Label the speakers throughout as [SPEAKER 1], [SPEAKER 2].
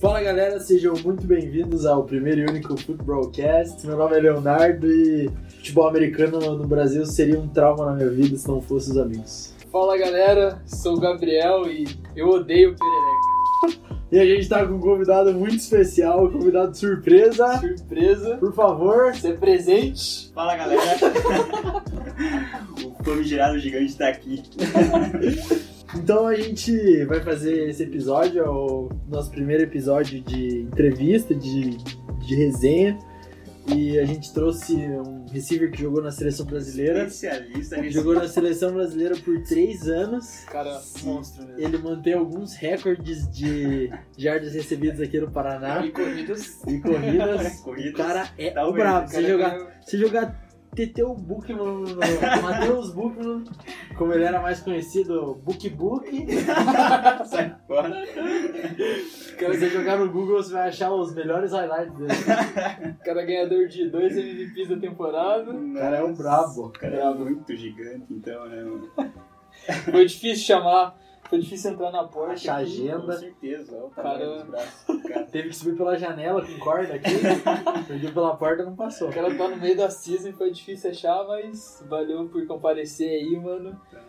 [SPEAKER 1] Fala galera, sejam muito bem-vindos ao primeiro e único Footballcast. Meu nome é Leonardo e futebol americano no Brasil seria um trauma na minha vida se não fosse os amigos.
[SPEAKER 2] Fala galera, sou o Gabriel e eu odeio perereca.
[SPEAKER 1] E a gente tá com um convidado muito especial, um convidado surpresa.
[SPEAKER 2] Surpresa,
[SPEAKER 1] Por favor,
[SPEAKER 2] você é presente.
[SPEAKER 3] Fala galera! o famigerado gigante tá aqui.
[SPEAKER 1] Então a gente vai fazer esse episódio, é o nosso primeiro episódio de entrevista, de, de resenha. E a gente trouxe um receiver que jogou na seleção brasileira.
[SPEAKER 3] Especialista, a gente
[SPEAKER 1] Jogou na seleção brasileira por três anos.
[SPEAKER 2] Cara, monstro né? mesmo.
[SPEAKER 1] Ele mantém alguns recordes de jardas recebidas aqui no Paraná
[SPEAKER 2] E corridas.
[SPEAKER 1] e corridas. O
[SPEAKER 3] Corridas.
[SPEAKER 1] cara é
[SPEAKER 3] Tá
[SPEAKER 1] o
[SPEAKER 3] vendo,
[SPEAKER 1] brabo. Se
[SPEAKER 2] Cara,
[SPEAKER 1] jogar, se jogar TT o Bookman, no- no- Matheus Bookman, como ele era mais conhecido, Book Book.
[SPEAKER 3] sai fora.
[SPEAKER 1] Quero você jogar no Google, você vai achar os melhores highlights dele.
[SPEAKER 2] cara ganhador de dois MVPs da temporada.
[SPEAKER 1] O cara é um brabo.
[SPEAKER 3] O cara é muito gigante, então, né? mano?
[SPEAKER 2] Foi difícil chamar, foi difícil entrar na porta.
[SPEAKER 1] Achar
[SPEAKER 2] aqui.
[SPEAKER 1] gente. Agenda.
[SPEAKER 3] Com certeza, olha o tamanho
[SPEAKER 2] Cara.
[SPEAKER 3] dos braços. do Cara.
[SPEAKER 1] Teve que subir pela janela com corda aqui. Perdeu pela porta não passou.
[SPEAKER 2] O cara tá no meio da season, foi difícil achar, mas valeu por comparecer aí, mano.
[SPEAKER 3] Então,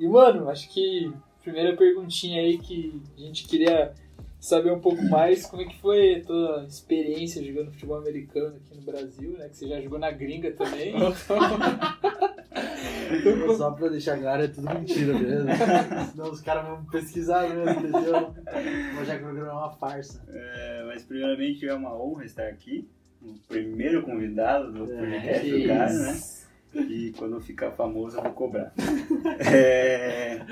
[SPEAKER 2] E, mano, acho que primeira perguntinha aí que a gente queria saber um pouco mais, como é que foi a tua experiência jogando futebol americano aqui no Brasil, né? Que você já jogou na gringa também.
[SPEAKER 1] Só pra deixar claro, é tudo mentira, beleza? Senão os caras vão pesquisar mesmo, entendeu? Vou já que o programa é uma farsa.
[SPEAKER 3] é, mas primeiramente é uma honra estar aqui. O primeiro convidado do
[SPEAKER 1] É,
[SPEAKER 3] podcast
[SPEAKER 2] que
[SPEAKER 3] do cara,
[SPEAKER 2] isso.
[SPEAKER 3] né? E quando eu ficar famoso eu vou cobrar. É,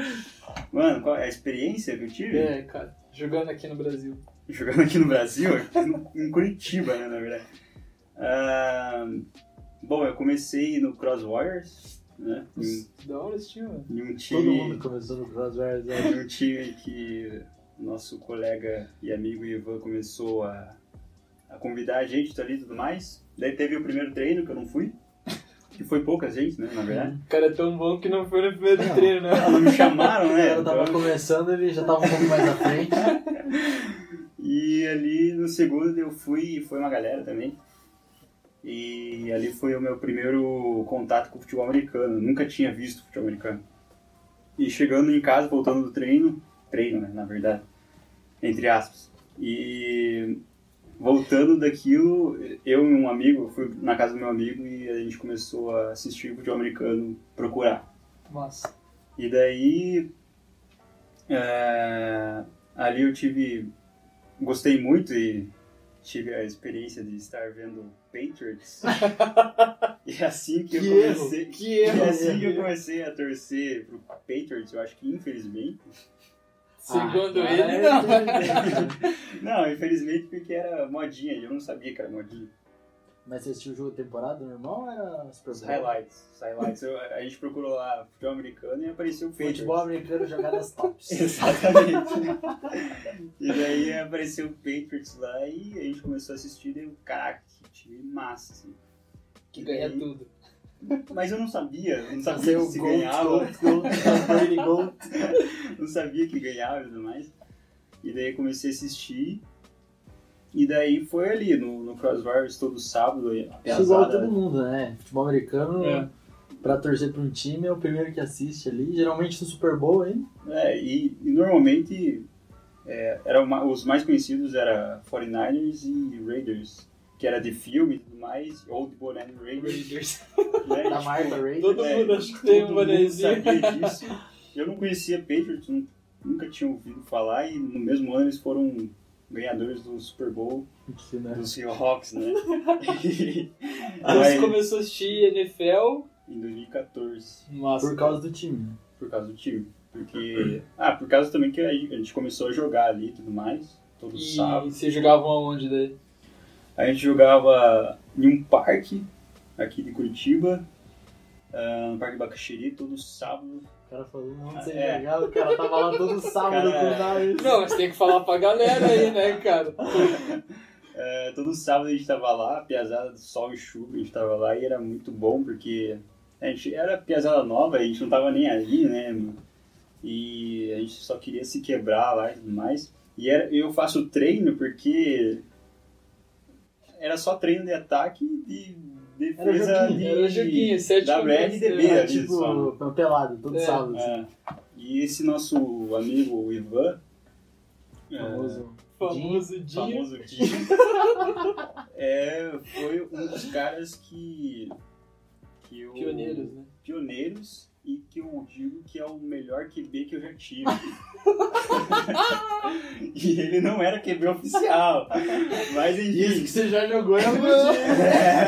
[SPEAKER 3] Mano, qual é a experiência que eu tive?
[SPEAKER 2] É, cara, jogando aqui no Brasil.
[SPEAKER 3] jogando aqui no Brasil, aqui no- em Curitiba, né, na verdade. Ah, bom, eu comecei no Crosswires, né, em,
[SPEAKER 2] Da hora esse time, mano.
[SPEAKER 3] em um
[SPEAKER 1] Todo mundo
[SPEAKER 3] time,
[SPEAKER 1] começou no Crosswords. né?
[SPEAKER 3] em um time que nosso colega e amigo Ivan começou a, a convidar a gente tá ali e tudo mais. Daí teve o primeiro treino que eu não fui, que foi pouca gente, né, na
[SPEAKER 1] Uhum.
[SPEAKER 3] verdade.
[SPEAKER 2] O cara é tão bom que não foi no primeiro
[SPEAKER 1] Não.
[SPEAKER 2] treino, né?
[SPEAKER 3] Ah, não me chamaram,
[SPEAKER 1] O
[SPEAKER 3] né?
[SPEAKER 1] cara tava
[SPEAKER 3] então-
[SPEAKER 1] começando, ele já tava um pouco mais à frente.
[SPEAKER 3] E ali no segundo eu fui e foi uma galera também. E ali foi o meu primeiro contato com o futebol americano. Nunca tinha visto futebol americano. E chegando em casa, voltando do treino, treino, né, na verdade, entre aspas. E voltando daquilo, eu e um amigo, eu fui na casa do meu amigo e a gente começou a assistir futebol americano, procurar.
[SPEAKER 2] Nossa.
[SPEAKER 3] E daí. é, ali eu tive. Gostei muito e tive a experiência de estar vendo Patriots. e é assim que,
[SPEAKER 2] Que
[SPEAKER 3] eu
[SPEAKER 2] erro,
[SPEAKER 3] comecei.
[SPEAKER 2] que
[SPEAKER 3] e
[SPEAKER 2] erro.
[SPEAKER 3] é assim que eu comecei a torcer pro Patriots, eu acho que infelizmente.
[SPEAKER 2] Segundo
[SPEAKER 1] Ah,
[SPEAKER 2] ele,
[SPEAKER 1] cara,
[SPEAKER 2] não.
[SPEAKER 3] Não, infelizmente porque era modinha, e eu não sabia que era modinha.
[SPEAKER 1] Mas você assistiu o jogo de temporada normal ou era Super
[SPEAKER 3] Os
[SPEAKER 2] É.
[SPEAKER 1] Bowl?
[SPEAKER 3] highlights, os highlights. Eu- a gente procurou lá futebol americano e apareceu o Patriots.
[SPEAKER 1] Futebol americano jogadas tops.
[SPEAKER 3] Exatamente. e daí apareceu o Patriots lá e a gente começou a assistir e eu, caraca, que time massa, assim.
[SPEAKER 2] Que ganha
[SPEAKER 3] Daí-
[SPEAKER 2] tudo.
[SPEAKER 3] Mas eu não sabia, eu não
[SPEAKER 1] Fazer
[SPEAKER 3] sabia
[SPEAKER 1] o
[SPEAKER 3] se
[SPEAKER 1] gol, né?
[SPEAKER 3] ganhava,
[SPEAKER 1] gol, gol, Brady, gol.
[SPEAKER 3] não sabia que ganhava e tudo mais. E daí eu comecei a assistir. E daí foi ali, no, no Crosswires todo sábado, a
[SPEAKER 1] Isso igual todo
[SPEAKER 3] pesada.
[SPEAKER 1] mundo, né? Futebol americano,
[SPEAKER 2] É.
[SPEAKER 1] pra torcer pra um time, é o primeiro que assiste ali. Geralmente no Super Bowl, hein?
[SPEAKER 3] É, e, e normalmente é, era uma- os mais conhecidos era 49ers e Raiders, que era de filme e tudo mais, ou de boné do Raiders.
[SPEAKER 2] Raiders.
[SPEAKER 3] né?
[SPEAKER 1] Da
[SPEAKER 3] Tipo,
[SPEAKER 1] Marta Ray.
[SPEAKER 2] Todo
[SPEAKER 3] É,
[SPEAKER 2] mundo acho que tem
[SPEAKER 3] todo
[SPEAKER 2] um
[SPEAKER 3] mundo
[SPEAKER 2] bonezinho.
[SPEAKER 3] sabia disso. Eu não conhecia Patriots, nu- nunca tinha ouvido falar, e no mesmo ano eles foram ganhadores do Super Bowl
[SPEAKER 1] Que, né?
[SPEAKER 3] dos Seahawks, né?
[SPEAKER 2] Então você
[SPEAKER 3] Aí,
[SPEAKER 2] começou a assistir NFL.
[SPEAKER 3] em 2014,
[SPEAKER 2] Nossa.
[SPEAKER 1] Por causa do time. né?
[SPEAKER 3] por causa do time. Porque. Ah, por causa também que a gente começou a jogar ali e tudo mais, todo
[SPEAKER 2] E
[SPEAKER 3] sábado.
[SPEAKER 2] vocês jogavam aonde daí?
[SPEAKER 3] A gente jogava em um parque aqui de Curitiba, ah, no Parque Bacaxiri, todo sábado.
[SPEAKER 1] O cara falou, um não
[SPEAKER 3] Ah,
[SPEAKER 1] sei
[SPEAKER 3] é.
[SPEAKER 1] jogar, o cara tava lá todo sábado
[SPEAKER 3] Cara,
[SPEAKER 1] com o Davis.
[SPEAKER 2] Não, mas tem que falar pra galera aí, né, cara?
[SPEAKER 3] É, todo sábado a gente tava lá, piazada do sol e chuva, a gente tava lá e era muito bom porque a gente era piazada nova, a gente não tava nem aí, né? mano? E a gente só queria se quebrar lá e tudo mais. E era- eu faço treino porque era só treino de ataque e defesa
[SPEAKER 1] Era joguinho,
[SPEAKER 3] de
[SPEAKER 2] era joguinho, sete
[SPEAKER 3] da
[SPEAKER 2] contra
[SPEAKER 3] WSDB
[SPEAKER 2] zero.
[SPEAKER 1] Era
[SPEAKER 3] ali só.
[SPEAKER 1] tipo uma pelada, todo
[SPEAKER 2] É.
[SPEAKER 1] sábado. assim.
[SPEAKER 3] É. E esse nosso amigo o Ivan, é,
[SPEAKER 1] Famoso.
[SPEAKER 2] Famoso dia.
[SPEAKER 3] famoso Gui, é, foi um dos caras que, que eu,
[SPEAKER 2] Pioneiros, né?
[SPEAKER 3] pioneiros e que eu digo que é o melhor QB que eu já tive. e ele não era QB oficial. Mas
[SPEAKER 1] Isso
[SPEAKER 3] enfim.
[SPEAKER 1] que você já jogou é
[SPEAKER 3] É,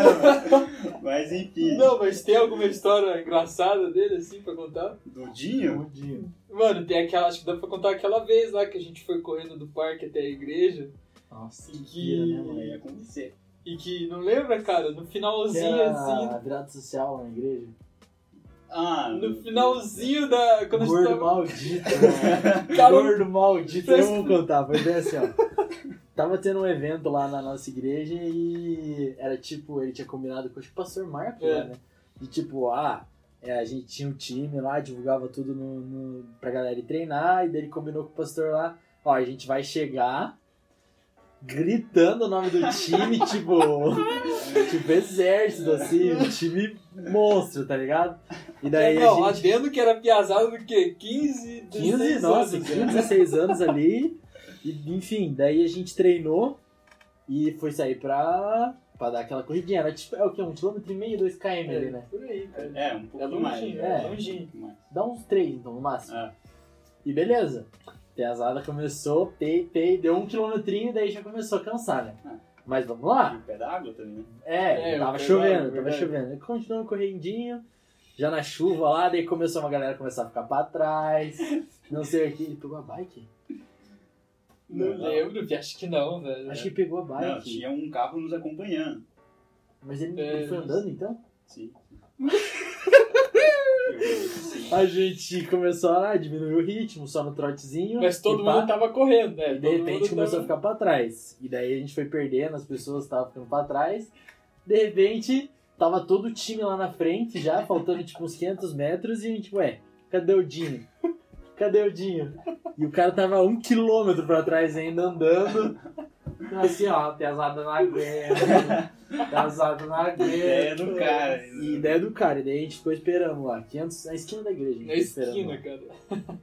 [SPEAKER 3] mas enfim.
[SPEAKER 2] Não, mas tem alguma história engraçada dele, assim, pra contar?
[SPEAKER 3] Dudinho?
[SPEAKER 1] Mudinho.
[SPEAKER 2] Mano, tem aquela, acho que dá pra contar aquela vez lá que a gente foi correndo do parque até a igreja
[SPEAKER 1] Nossa,
[SPEAKER 2] E
[SPEAKER 1] que
[SPEAKER 2] que-
[SPEAKER 1] pira, né, mano?
[SPEAKER 3] Aí é com você.
[SPEAKER 2] e que, não lembra, cara? No
[SPEAKER 1] Que
[SPEAKER 2] finalzinho, assim,
[SPEAKER 1] era a virada social na igreja.
[SPEAKER 3] Ah,
[SPEAKER 2] no finalzinho da... Quando a
[SPEAKER 1] Gordo
[SPEAKER 2] gente tava...
[SPEAKER 1] maldito, mano.
[SPEAKER 2] Cara,
[SPEAKER 1] Gordo maldito.
[SPEAKER 2] fez-
[SPEAKER 1] Eu vou contar, foi bem assim, ó. Tava tendo um evento lá na nossa igreja e era tipo, ele tinha combinado com acho que o pastor Marco,
[SPEAKER 2] É.
[SPEAKER 1] lá, né? De tipo, ah, é, a gente tinha um time lá, divulgava tudo no, no, pra galera ir treinar, e daí ele combinou com o pastor lá, ó, a gente vai chegar gritando o nome do time, tipo, tipo exército, assim, um time monstro, tá ligado? E daí
[SPEAKER 2] É, não,
[SPEAKER 1] a
[SPEAKER 2] lá
[SPEAKER 1] gente...
[SPEAKER 2] dentro que era piazada do quê? 15, 16
[SPEAKER 1] 15,
[SPEAKER 2] anos, né?
[SPEAKER 1] nossa,
[SPEAKER 2] cara.
[SPEAKER 1] 15, 16 anos ali. E, enfim, daí a gente treinou e foi sair pra, pra dar aquela corridinha. Era tipo, é o quê? Um quilômetro e meio, 2 km ali, né?
[SPEAKER 2] É, por aí, cara.
[SPEAKER 3] É, um pouco
[SPEAKER 2] É
[SPEAKER 3] mais.
[SPEAKER 2] longinho,
[SPEAKER 1] é
[SPEAKER 3] um
[SPEAKER 2] longinho.
[SPEAKER 3] pouco mais.
[SPEAKER 1] Dá uns 3, então, no máximo.
[SPEAKER 2] É.
[SPEAKER 3] Ah,
[SPEAKER 1] E beleza. Piazada começou, tei, tei, deu um quilometrinho e daí já começou a cansar, né?
[SPEAKER 3] Ah.
[SPEAKER 1] Mas vamos
[SPEAKER 3] e
[SPEAKER 1] lá.
[SPEAKER 3] o pé d'água também. né?
[SPEAKER 1] É,
[SPEAKER 2] É,
[SPEAKER 1] tava
[SPEAKER 2] verdade,
[SPEAKER 1] chovendo, tava
[SPEAKER 2] verdade.
[SPEAKER 1] chovendo. Continuamos correndinho, já na chuva lá, daí começou uma galera começar a ficar pra trás, não sei o que. Ele pegou a bike?
[SPEAKER 2] Não,
[SPEAKER 3] Não.
[SPEAKER 2] lembro, vi, acho que não, velho.
[SPEAKER 1] Acho que pegou a bike.
[SPEAKER 3] Não, tinha um carro nos acompanhando.
[SPEAKER 1] Mas ele,
[SPEAKER 2] É,
[SPEAKER 1] ele foi
[SPEAKER 2] mas-
[SPEAKER 1] andando então?
[SPEAKER 3] Sim. Eu- sim.
[SPEAKER 1] A gente começou a diminuir o ritmo, só no trotezinho.
[SPEAKER 2] Mas todo
[SPEAKER 1] e pá,
[SPEAKER 2] mundo tava correndo, né?
[SPEAKER 1] E de
[SPEAKER 2] Todo mundo
[SPEAKER 1] repente começou a
[SPEAKER 2] tava-
[SPEAKER 1] ficar pra trás. E daí a gente foi perdendo, as pessoas estavam ficando pra trás. De repente, tava todo o time lá na frente já, faltando tipo uns 500 metros. E a gente, ué, cadê o Dinho? Cadê o Dinho? E o cara tava um quilômetro pra trás ainda andando. Assim, ó, pesada na aguenta. Pesada na aguenta.
[SPEAKER 3] Ideia do cara.
[SPEAKER 1] E ideia do cara, e daí a gente ficou esperando lá, 500, na esquina da igreja. a gente
[SPEAKER 2] Na
[SPEAKER 1] ficou esperando
[SPEAKER 2] esquina,
[SPEAKER 1] lá.
[SPEAKER 2] cara.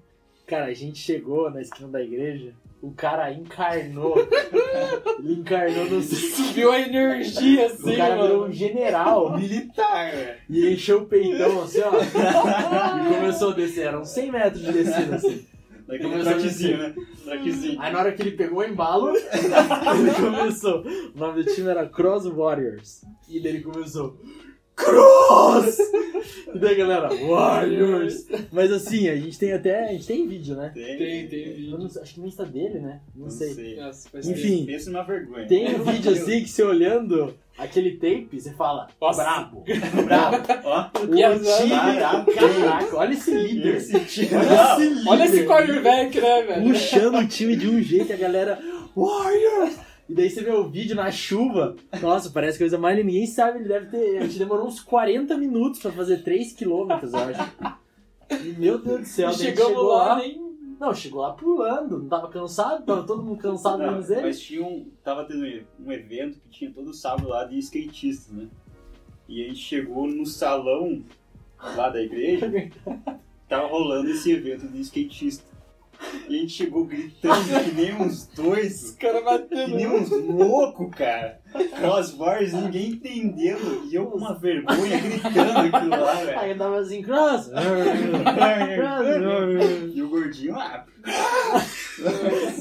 [SPEAKER 1] Cara, a gente chegou na esquina da igreja, o cara encarnou. ele encarnou no.
[SPEAKER 2] Subiu a energia,
[SPEAKER 1] o
[SPEAKER 2] assim,
[SPEAKER 1] cara virou um
[SPEAKER 2] mano.
[SPEAKER 1] general
[SPEAKER 3] militar, né? velho.
[SPEAKER 1] e encheu o peitão assim, ó. e começou a descer, eram 100 metros de descida assim.
[SPEAKER 3] Daquele
[SPEAKER 1] Começou a
[SPEAKER 3] trotezinho, né? Trotezinho.
[SPEAKER 1] Aí na hora que ele pegou o embalo, ele começou. O nome do time era Cross Warriors. E daí ele começou. Cross! E daí a galera, Warriors! Mas assim, a gente tem até. A gente tem vídeo, né?
[SPEAKER 2] Tem, Ah, tem
[SPEAKER 1] Eu
[SPEAKER 2] vídeo.
[SPEAKER 1] não sei, acho que no Insta dele, né? Não, sei.
[SPEAKER 2] Nossa, faz tempo.
[SPEAKER 1] Enfim.
[SPEAKER 3] Pensa numa vergonha.
[SPEAKER 1] Tem um vídeo assim que você olhando aquele tape, você fala,
[SPEAKER 2] Nossa. é
[SPEAKER 1] brabo, brabo.
[SPEAKER 3] Ó,
[SPEAKER 1] O
[SPEAKER 2] Piazada.
[SPEAKER 1] time, caraca, olha esse líder.
[SPEAKER 3] esse time.
[SPEAKER 1] Olha esse
[SPEAKER 3] Não,
[SPEAKER 1] líder.
[SPEAKER 2] Olha esse quarterback, né, velho?
[SPEAKER 1] Puxando o time de um jeito, e a galera, Warriors! E daí você vê o vídeo na chuva, nossa, parece coisa mais, linda. ninguém sabe, ele deve ter, a gente demorou uns 40 minutos pra fazer 3 quilômetros, eu acho. E, meu Deus do céu,
[SPEAKER 2] E
[SPEAKER 1] daí a gente
[SPEAKER 2] chegamos
[SPEAKER 1] chegou
[SPEAKER 2] lá, né? nem.
[SPEAKER 1] Não, chegou lá pulando, não tava cansado, tava todo mundo cansado, menos ele.
[SPEAKER 3] mas tinha um. Tava tendo um evento que tinha todo sábado lá de skatistas, né? E a gente chegou no salão lá da igreja, tava rolando esse evento de skatista. E a gente chegou gritando que nem uns dois.
[SPEAKER 2] Os caras
[SPEAKER 3] Que
[SPEAKER 2] batendo. né?
[SPEAKER 3] nem uns loucos, cara. Crossbars, ninguém entendendo. E eu com uma vergonha gritando aquilo lá,
[SPEAKER 2] é.
[SPEAKER 3] velho.
[SPEAKER 1] Aí tava assim, cross!
[SPEAKER 2] Ah,
[SPEAKER 3] E o gordinho ah, lá.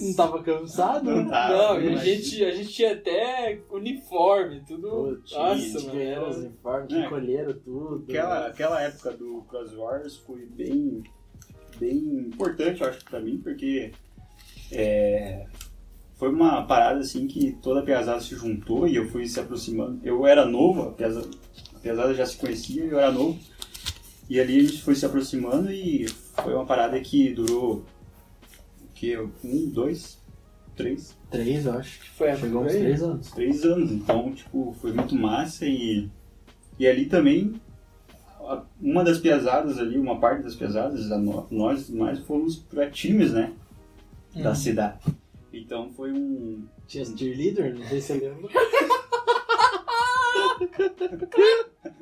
[SPEAKER 1] Não tava cansado?
[SPEAKER 3] Não tava.
[SPEAKER 1] Ah,
[SPEAKER 2] Não, e a
[SPEAKER 3] mas-
[SPEAKER 2] gente, a gente tinha até uniforme, tudo.
[SPEAKER 1] Pô,
[SPEAKER 3] tinha,
[SPEAKER 2] Nossa,
[SPEAKER 1] Tinha
[SPEAKER 2] mano.
[SPEAKER 1] ganhado os
[SPEAKER 2] era- assim.
[SPEAKER 1] uniformes,
[SPEAKER 3] É.
[SPEAKER 1] colheram tudo. né?
[SPEAKER 3] Aquela, aquela época do Crossbars foi bem, bem importante, eu acho, pra mim, porque é, foi uma parada assim que toda a Piazada se juntou e eu fui se aproximando. Eu era novo, a Piazada, a Piazada já se conhecia, eu era novo. E ali a gente foi se aproximando e foi uma parada que durou o quê? Um, dois, três,
[SPEAKER 1] Três, eu acho.
[SPEAKER 2] Foi a
[SPEAKER 1] Chegou uns
[SPEAKER 2] foi-
[SPEAKER 1] três anos.
[SPEAKER 3] três anos, então, tipo, foi muito massa e, e ali também a- uma das pesadas ali, uma parte das pesadas, a no- nós mais fomos para times, né, da
[SPEAKER 2] Hum.
[SPEAKER 3] cidade. E Então foi um.
[SPEAKER 1] Tinha as cheerleader, não sei se você lembra.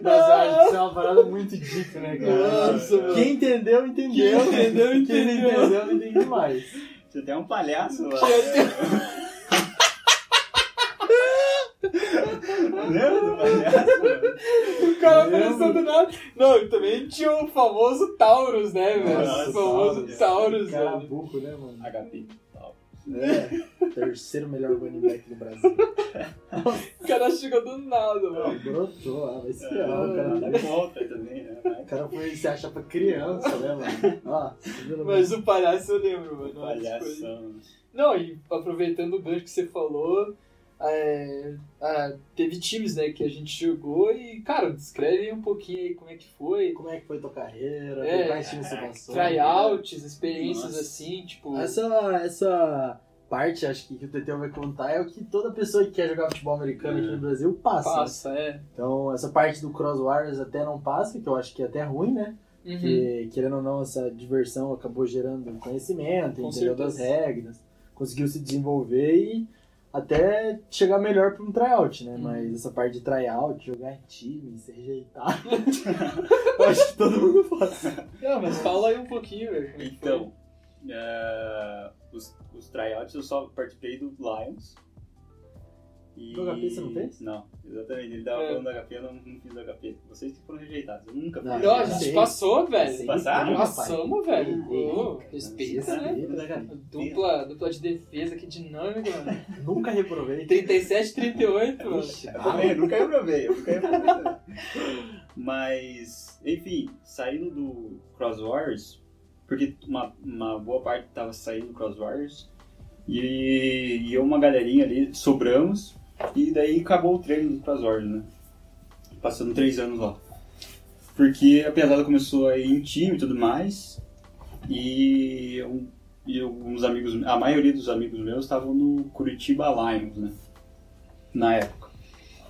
[SPEAKER 1] Mas ah, isso é uma parada muito dica, né, cara?
[SPEAKER 2] Nossa, mano.
[SPEAKER 1] Quem entendeu, entendeu.
[SPEAKER 2] Quem entendeu,
[SPEAKER 1] Quem
[SPEAKER 2] entendeu.
[SPEAKER 1] não entendeu, não entende mais.
[SPEAKER 3] Tinha até um palhaço lá. Lembra do palhaço? mano?
[SPEAKER 2] O cara
[SPEAKER 1] Lembro.
[SPEAKER 2] apareceu do nada. Não, e também tinha o famoso Taurus, né, velho?
[SPEAKER 3] Nossa,
[SPEAKER 2] O famoso
[SPEAKER 3] Taurus.
[SPEAKER 2] Taurus,
[SPEAKER 1] Cara
[SPEAKER 2] velho.
[SPEAKER 1] burro, né, mano?
[SPEAKER 3] HP. tal.
[SPEAKER 1] É, terceiro melhor running back do Brasil.
[SPEAKER 2] O cara chegou do nada, mano.
[SPEAKER 1] Ah, brotou, ah, vai se
[SPEAKER 3] É,
[SPEAKER 1] ferrar, o cara tá
[SPEAKER 3] de volta também, né? Mas
[SPEAKER 1] O cara foi se achar pra criança, né, mano? Ó, subiu no-
[SPEAKER 2] Mas o palhaço eu lembro, mano. Tipo,
[SPEAKER 3] Palhação.
[SPEAKER 2] Não, e aproveitando o gancho que você falou, é, ah, teve times, né, que a gente jogou e, cara, descreve aí um pouquinho aí como é que foi.
[SPEAKER 1] Como é que foi tua carreira?
[SPEAKER 2] É,
[SPEAKER 1] quais times você passou?
[SPEAKER 2] Tryouts, experiências
[SPEAKER 3] Nossa.
[SPEAKER 2] assim, tipo.
[SPEAKER 1] Essa, essa parte, acho que, que o TT vai contar, é o que toda pessoa que quer jogar futebol americano aqui no Brasil passa.
[SPEAKER 2] É. Passa, é.
[SPEAKER 1] Então, essa parte do Crosswires até não passa, que eu acho que é até ruim, né?
[SPEAKER 2] Uhum.
[SPEAKER 1] Porque, querendo ou não, essa diversão acabou gerando conhecimento,
[SPEAKER 2] Com
[SPEAKER 1] entendeu das
[SPEAKER 2] certeza.
[SPEAKER 1] regras, conseguiu se desenvolver e até chegar melhor para um tryout, né?
[SPEAKER 2] Uhum.
[SPEAKER 1] Mas essa parte de tryout, jogar em time, ser rejeitado, eu acho que todo mundo passa.
[SPEAKER 2] Não, mas fala aí um pouquinho, velho. como é que foi.
[SPEAKER 3] Então, eh, os, os tryouts eu só participei do Lions. E...
[SPEAKER 1] Do HP você não fez?
[SPEAKER 3] Não, exatamente. Ele tava
[SPEAKER 2] É.
[SPEAKER 3] falando do HP, eu não, não fiz do HP. Vocês que foram rejeitados, eu nunca fiz.
[SPEAKER 1] Não,
[SPEAKER 2] Não, a
[SPEAKER 1] eu
[SPEAKER 2] gente
[SPEAKER 1] sei.
[SPEAKER 2] passou,
[SPEAKER 1] Sei,
[SPEAKER 2] velho.
[SPEAKER 3] Passaram?
[SPEAKER 1] rapaz.
[SPEAKER 2] Passamos, velho.
[SPEAKER 1] Sim.
[SPEAKER 2] Ô,
[SPEAKER 1] Sim,
[SPEAKER 2] respeita, né?
[SPEAKER 1] sim. né?
[SPEAKER 2] Dupla, dupla de defesa, que dinâmica, mano.
[SPEAKER 1] Nunca reprovei.
[SPEAKER 2] 37, 38, mano.
[SPEAKER 1] Ixi,
[SPEAKER 3] Eu
[SPEAKER 1] bravo.
[SPEAKER 3] também, eu nunca reprovei, eu nunca reprovei. também. Mas, enfim, saindo do Cross Wars, porque uma, uma boa parte tava saindo do Cross Wars, e, e eu e uma galerinha ali sobramos, e daí acabou o treino do Cross Wars, né? Passando três anos lá. Porque a pesada começou a ir em time e tudo mais, e, eu, e alguns amigos, a maioria dos amigos meus estavam no Curitiba Lions, né? Na época.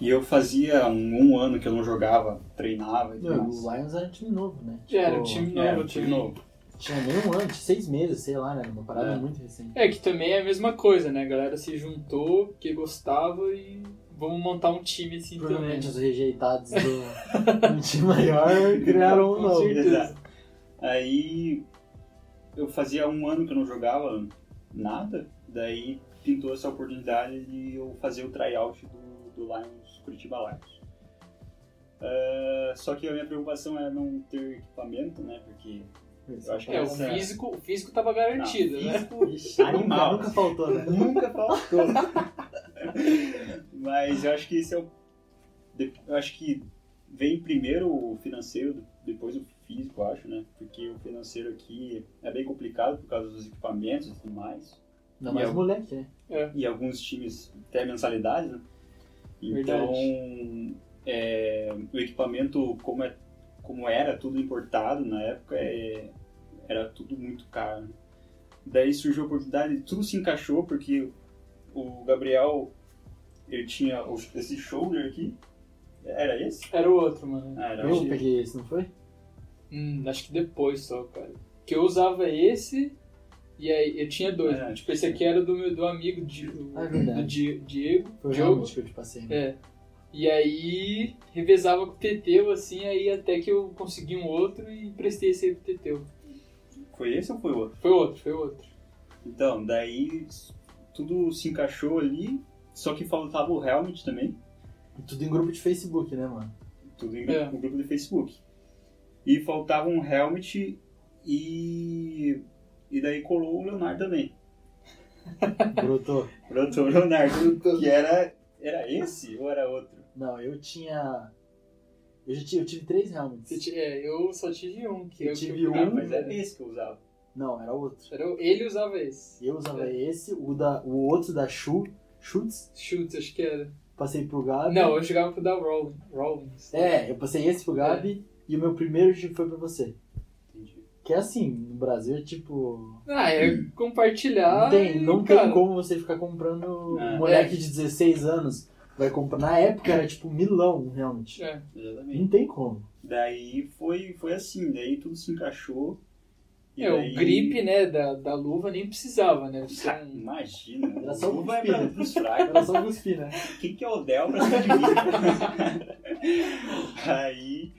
[SPEAKER 3] E eu fazia um, um ano que eu não jogava, treinava e tudo
[SPEAKER 1] Não,
[SPEAKER 3] mais.
[SPEAKER 1] o Lions era um time novo, né?
[SPEAKER 2] Já era um
[SPEAKER 1] Tipo,
[SPEAKER 2] time
[SPEAKER 3] É,
[SPEAKER 2] novo,
[SPEAKER 3] um time
[SPEAKER 2] também.
[SPEAKER 3] novo.
[SPEAKER 1] Tinha nem um ano, tinha seis meses, sei lá, né? Uma parada
[SPEAKER 3] É.
[SPEAKER 1] muito recente.
[SPEAKER 2] É que também é a mesma coisa, né? A galera se juntou, que gostava e vamos montar um time assim também.
[SPEAKER 1] Provavelmente os rejeitados do um time maior criaram um
[SPEAKER 2] Com
[SPEAKER 1] novo.
[SPEAKER 2] certeza.
[SPEAKER 3] Exato. Aí eu fazia um ano que eu não jogava nada, daí pintou essa oportunidade de eu fazer o tryout do, do Lions, Curitiba Lions. Ah, só que a minha preocupação era não ter equipamento, né? Porque Eu acho que
[SPEAKER 1] um
[SPEAKER 3] um
[SPEAKER 2] É, o
[SPEAKER 3] Essa-
[SPEAKER 2] físico, o físico tava
[SPEAKER 3] não,
[SPEAKER 2] garantido, né?
[SPEAKER 1] Ixi, nunca,
[SPEAKER 3] Animal.
[SPEAKER 1] nunca faltou, né?
[SPEAKER 3] Nunca faltou. Mas eu acho que esse é o. de- Eu acho que vem primeiro o financeiro, depois o físico, eu acho, né? Porque o financeiro aqui é bem complicado por causa dos equipamentos e tudo mais.
[SPEAKER 1] Ainda mais
[SPEAKER 3] E é um eu-
[SPEAKER 1] moleque, né?
[SPEAKER 3] E alguns times até mensalidade, né? Então, é, o equipamento, como, é, como era tudo importado na época, é, era tudo muito caro. né? Daí surgiu a oportunidade, tudo se encaixou, porque o Gabriel, ele tinha o- esse shoulder aqui. Era esse?
[SPEAKER 2] Era o outro, mano.
[SPEAKER 3] Ah, era
[SPEAKER 1] Eu
[SPEAKER 3] esse.
[SPEAKER 1] peguei esse, não foi?
[SPEAKER 2] Hum, acho que depois só, cara. Que eu usava esse e aí eu tinha dois.
[SPEAKER 3] É,
[SPEAKER 2] né? Tipo, esse aqui era do meu do amigo Di- do,
[SPEAKER 3] Hum,
[SPEAKER 1] Ah, verdade.
[SPEAKER 2] do Di- Diego.
[SPEAKER 1] Foi
[SPEAKER 2] Diogo.
[SPEAKER 1] realmente que eu te passei. né?
[SPEAKER 2] É. E aí revezava com o Teteu, assim, aí até que eu consegui um outro e prestei esse aí pro Teteu.
[SPEAKER 3] Foi esse ou foi o outro?
[SPEAKER 2] Foi outro, foi outro.
[SPEAKER 3] Então, daí tudo se encaixou ali, só que faltava o helmet também.
[SPEAKER 1] E Tudo em grupo de Facebook, né, mano?
[SPEAKER 3] tudo em
[SPEAKER 2] É.
[SPEAKER 3] no grupo do Facebook. E faltava um helmet e. E daí colou o Leonardo também.
[SPEAKER 1] Brotou.
[SPEAKER 3] Brotou o Leonardo, que era. Era esse ou era outro?
[SPEAKER 1] Não, eu tinha. Eu já tive, eu tive três
[SPEAKER 2] Você
[SPEAKER 1] helmets.
[SPEAKER 2] ti- É, eu só tive um. Que
[SPEAKER 1] Eu
[SPEAKER 2] é o que
[SPEAKER 1] tive
[SPEAKER 2] eu,
[SPEAKER 1] um,
[SPEAKER 3] Ah,
[SPEAKER 2] Ah,
[SPEAKER 3] mas era esse que eu usava.
[SPEAKER 1] Não, era outro.
[SPEAKER 2] Era, o- ele usava esse.
[SPEAKER 1] Eu usava esse, o, da, o outro da Chu, Schutz,
[SPEAKER 2] Chutes, acho que era. Ah,
[SPEAKER 1] passei pro Gabi.
[SPEAKER 2] Não, eu jogava pro da Rollins. Rollins.
[SPEAKER 1] É, eu passei esse pro Gabi e o meu primeiro foi pra você.
[SPEAKER 3] Entendi.
[SPEAKER 1] Que é assim, no Brasil é tipo.
[SPEAKER 2] Ah, é compartilhar.
[SPEAKER 1] não tem,
[SPEAKER 2] e,
[SPEAKER 1] não
[SPEAKER 2] cara,
[SPEAKER 1] tem como você ficar comprando
[SPEAKER 3] É.
[SPEAKER 1] um moleque de 16 anos. Vai comprar. Na época era tipo milão, realmente.
[SPEAKER 2] É.
[SPEAKER 3] Exatamente.
[SPEAKER 1] Não tem como.
[SPEAKER 3] Daí foi, foi assim, daí tudo se encaixou. E
[SPEAKER 2] É,
[SPEAKER 3] daí-
[SPEAKER 2] o gripe, né, da, da luva nem precisava, né? Você
[SPEAKER 3] Ah,
[SPEAKER 2] é um-
[SPEAKER 3] Imagina.
[SPEAKER 1] Era só
[SPEAKER 3] Não
[SPEAKER 1] um
[SPEAKER 3] vai
[SPEAKER 1] espelho.
[SPEAKER 3] pra pros fracos.
[SPEAKER 1] Era só cuspir, né?
[SPEAKER 3] Quem que é o Del pra cima de mim? aí,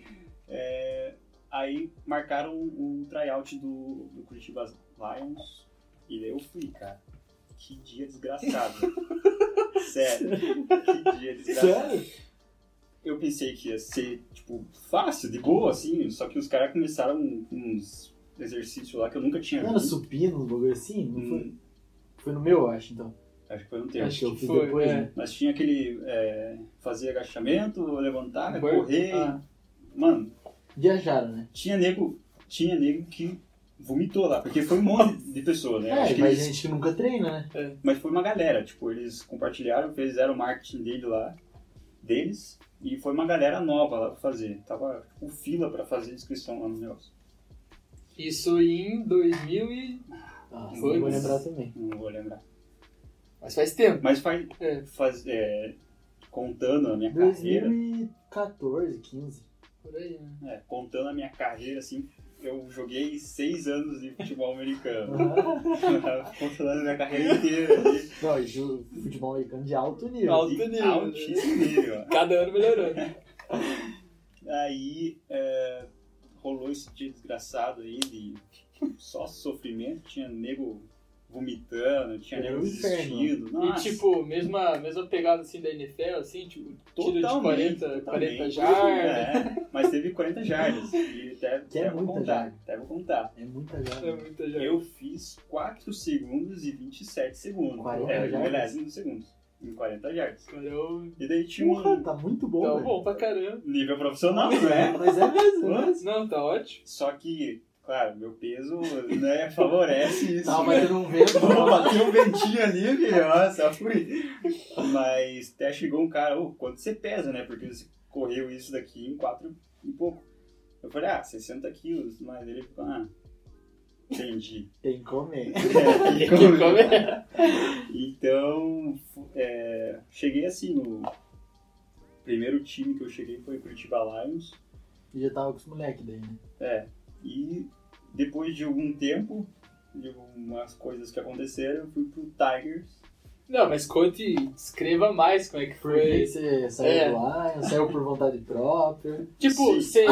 [SPEAKER 3] é, aí marcaram o tryout do, do Curitiba Lions e daí eu fui, cara. Que dia desgraçado. Sério, que dia desgraçado.
[SPEAKER 1] Sério?
[SPEAKER 3] Eu pensei que ia ser, tipo, fácil, de boa, assim, só que os caras começaram uns exercícios lá que eu nunca tinha
[SPEAKER 1] Não era
[SPEAKER 3] visto.
[SPEAKER 1] supino, um bagulho assim? Não foi?
[SPEAKER 3] Hum,
[SPEAKER 1] Foi no meu, eu acho, então.
[SPEAKER 3] acho que foi um tempo.
[SPEAKER 1] acho que eu
[SPEAKER 2] que
[SPEAKER 1] fiz
[SPEAKER 2] foi,
[SPEAKER 1] depois,
[SPEAKER 2] é.
[SPEAKER 1] né?
[SPEAKER 3] Mas tinha aquele. É, fazer agachamento, levantar,
[SPEAKER 2] Bur-
[SPEAKER 3] correr.
[SPEAKER 2] Ah.
[SPEAKER 3] Mano,
[SPEAKER 1] Viajaram, né?
[SPEAKER 3] tinha nego, tinha nego que vomitou lá, porque foi um monte de pessoa, né?
[SPEAKER 1] É,
[SPEAKER 3] Acho que
[SPEAKER 1] mas
[SPEAKER 3] eles-
[SPEAKER 1] gente que nunca treina, né?
[SPEAKER 3] mas foi uma galera, tipo, eles compartilharam, fizeram o marketing dele lá, deles, e foi uma galera nova lá pra fazer. Tava com fila pra fazer inscrição lá no negócio.
[SPEAKER 2] Isso em 2000 e...
[SPEAKER 1] Ah,
[SPEAKER 3] Foi,
[SPEAKER 1] eu vou
[SPEAKER 2] mas-
[SPEAKER 1] lembrar também.
[SPEAKER 3] Não vou lembrar.
[SPEAKER 2] Mas faz tempo.
[SPEAKER 3] Mas faz,
[SPEAKER 2] É.
[SPEAKER 3] faz- é, contando a minha carreira,
[SPEAKER 1] 2014, 15.
[SPEAKER 2] Por aí, né?
[SPEAKER 3] é, contando a minha carreira, assim, eu joguei seis anos de futebol americano.
[SPEAKER 1] Aham.
[SPEAKER 3] contando a minha carreira inteira. de-
[SPEAKER 1] Não, ju- futebol americano de alto nível.
[SPEAKER 2] Alto
[SPEAKER 3] de
[SPEAKER 2] nível, né?
[SPEAKER 3] Altíssimo nível.
[SPEAKER 2] Cada ano melhorando.
[SPEAKER 3] Aí é, rolou esse dia desgraçado aí de só sofrimento, tinha nego vomitando, tinha
[SPEAKER 1] Era
[SPEAKER 3] nego
[SPEAKER 1] um inferno.
[SPEAKER 3] desistindo. Nossa,
[SPEAKER 2] E tipo, mesma, mesma pegada assim da NFL, assim, tipo, tiro de
[SPEAKER 3] totalmente,
[SPEAKER 2] 40, 40
[SPEAKER 3] totalmente.
[SPEAKER 2] jardas.
[SPEAKER 3] É, mas teve 40 jardas. E até,
[SPEAKER 1] Que é
[SPEAKER 3] até vou
[SPEAKER 1] muita
[SPEAKER 3] contar,
[SPEAKER 1] jarda.
[SPEAKER 3] até vou contar.
[SPEAKER 1] É muita
[SPEAKER 2] É,
[SPEAKER 1] jogada.
[SPEAKER 2] muita jarda.
[SPEAKER 3] Eu fiz 4 segundos e 27 segundos.
[SPEAKER 1] 40
[SPEAKER 3] é,
[SPEAKER 1] jardas?
[SPEAKER 3] milésimos de segundos. Em 40 jardas.
[SPEAKER 2] Cara, eu...
[SPEAKER 3] E daí tinha
[SPEAKER 1] Porra,
[SPEAKER 3] um
[SPEAKER 1] tá muito bom,
[SPEAKER 2] Tá
[SPEAKER 1] velho.
[SPEAKER 2] bom pra caramba.
[SPEAKER 3] nível profissional, né?
[SPEAKER 1] Mas é mesmo, né?
[SPEAKER 2] Não, tá ótimo.
[SPEAKER 3] Só que, claro, meu peso né, favorece isso.
[SPEAKER 1] Tava
[SPEAKER 3] né?
[SPEAKER 1] batendo um vento.
[SPEAKER 3] Pô, bateu um ventinho ali, filho. Nossa, fui. Mas até chegou um cara, ô, quanto você pesa, né? Porque você correu isso daqui em quatro e pouco. Eu falei, ah, 60 quilos. Mas ele ficou, ah, entendi. É,
[SPEAKER 1] Tem que comer.
[SPEAKER 2] é?
[SPEAKER 3] então, fu- é, cheguei assim no... Primeiro time que eu cheguei foi Curitiba Lions.
[SPEAKER 1] E já tava com os moleques daí, né?
[SPEAKER 3] É, e depois de algum tempo, de algumas coisas que aconteceram, eu fui pro Tigers.
[SPEAKER 2] Não, mas conte, escreva mais como é que
[SPEAKER 1] Por que
[SPEAKER 2] foi.
[SPEAKER 1] você saiu
[SPEAKER 2] É.
[SPEAKER 1] do Lions? Saiu por vontade própria?
[SPEAKER 2] Tipo,
[SPEAKER 3] Sim.
[SPEAKER 2] você.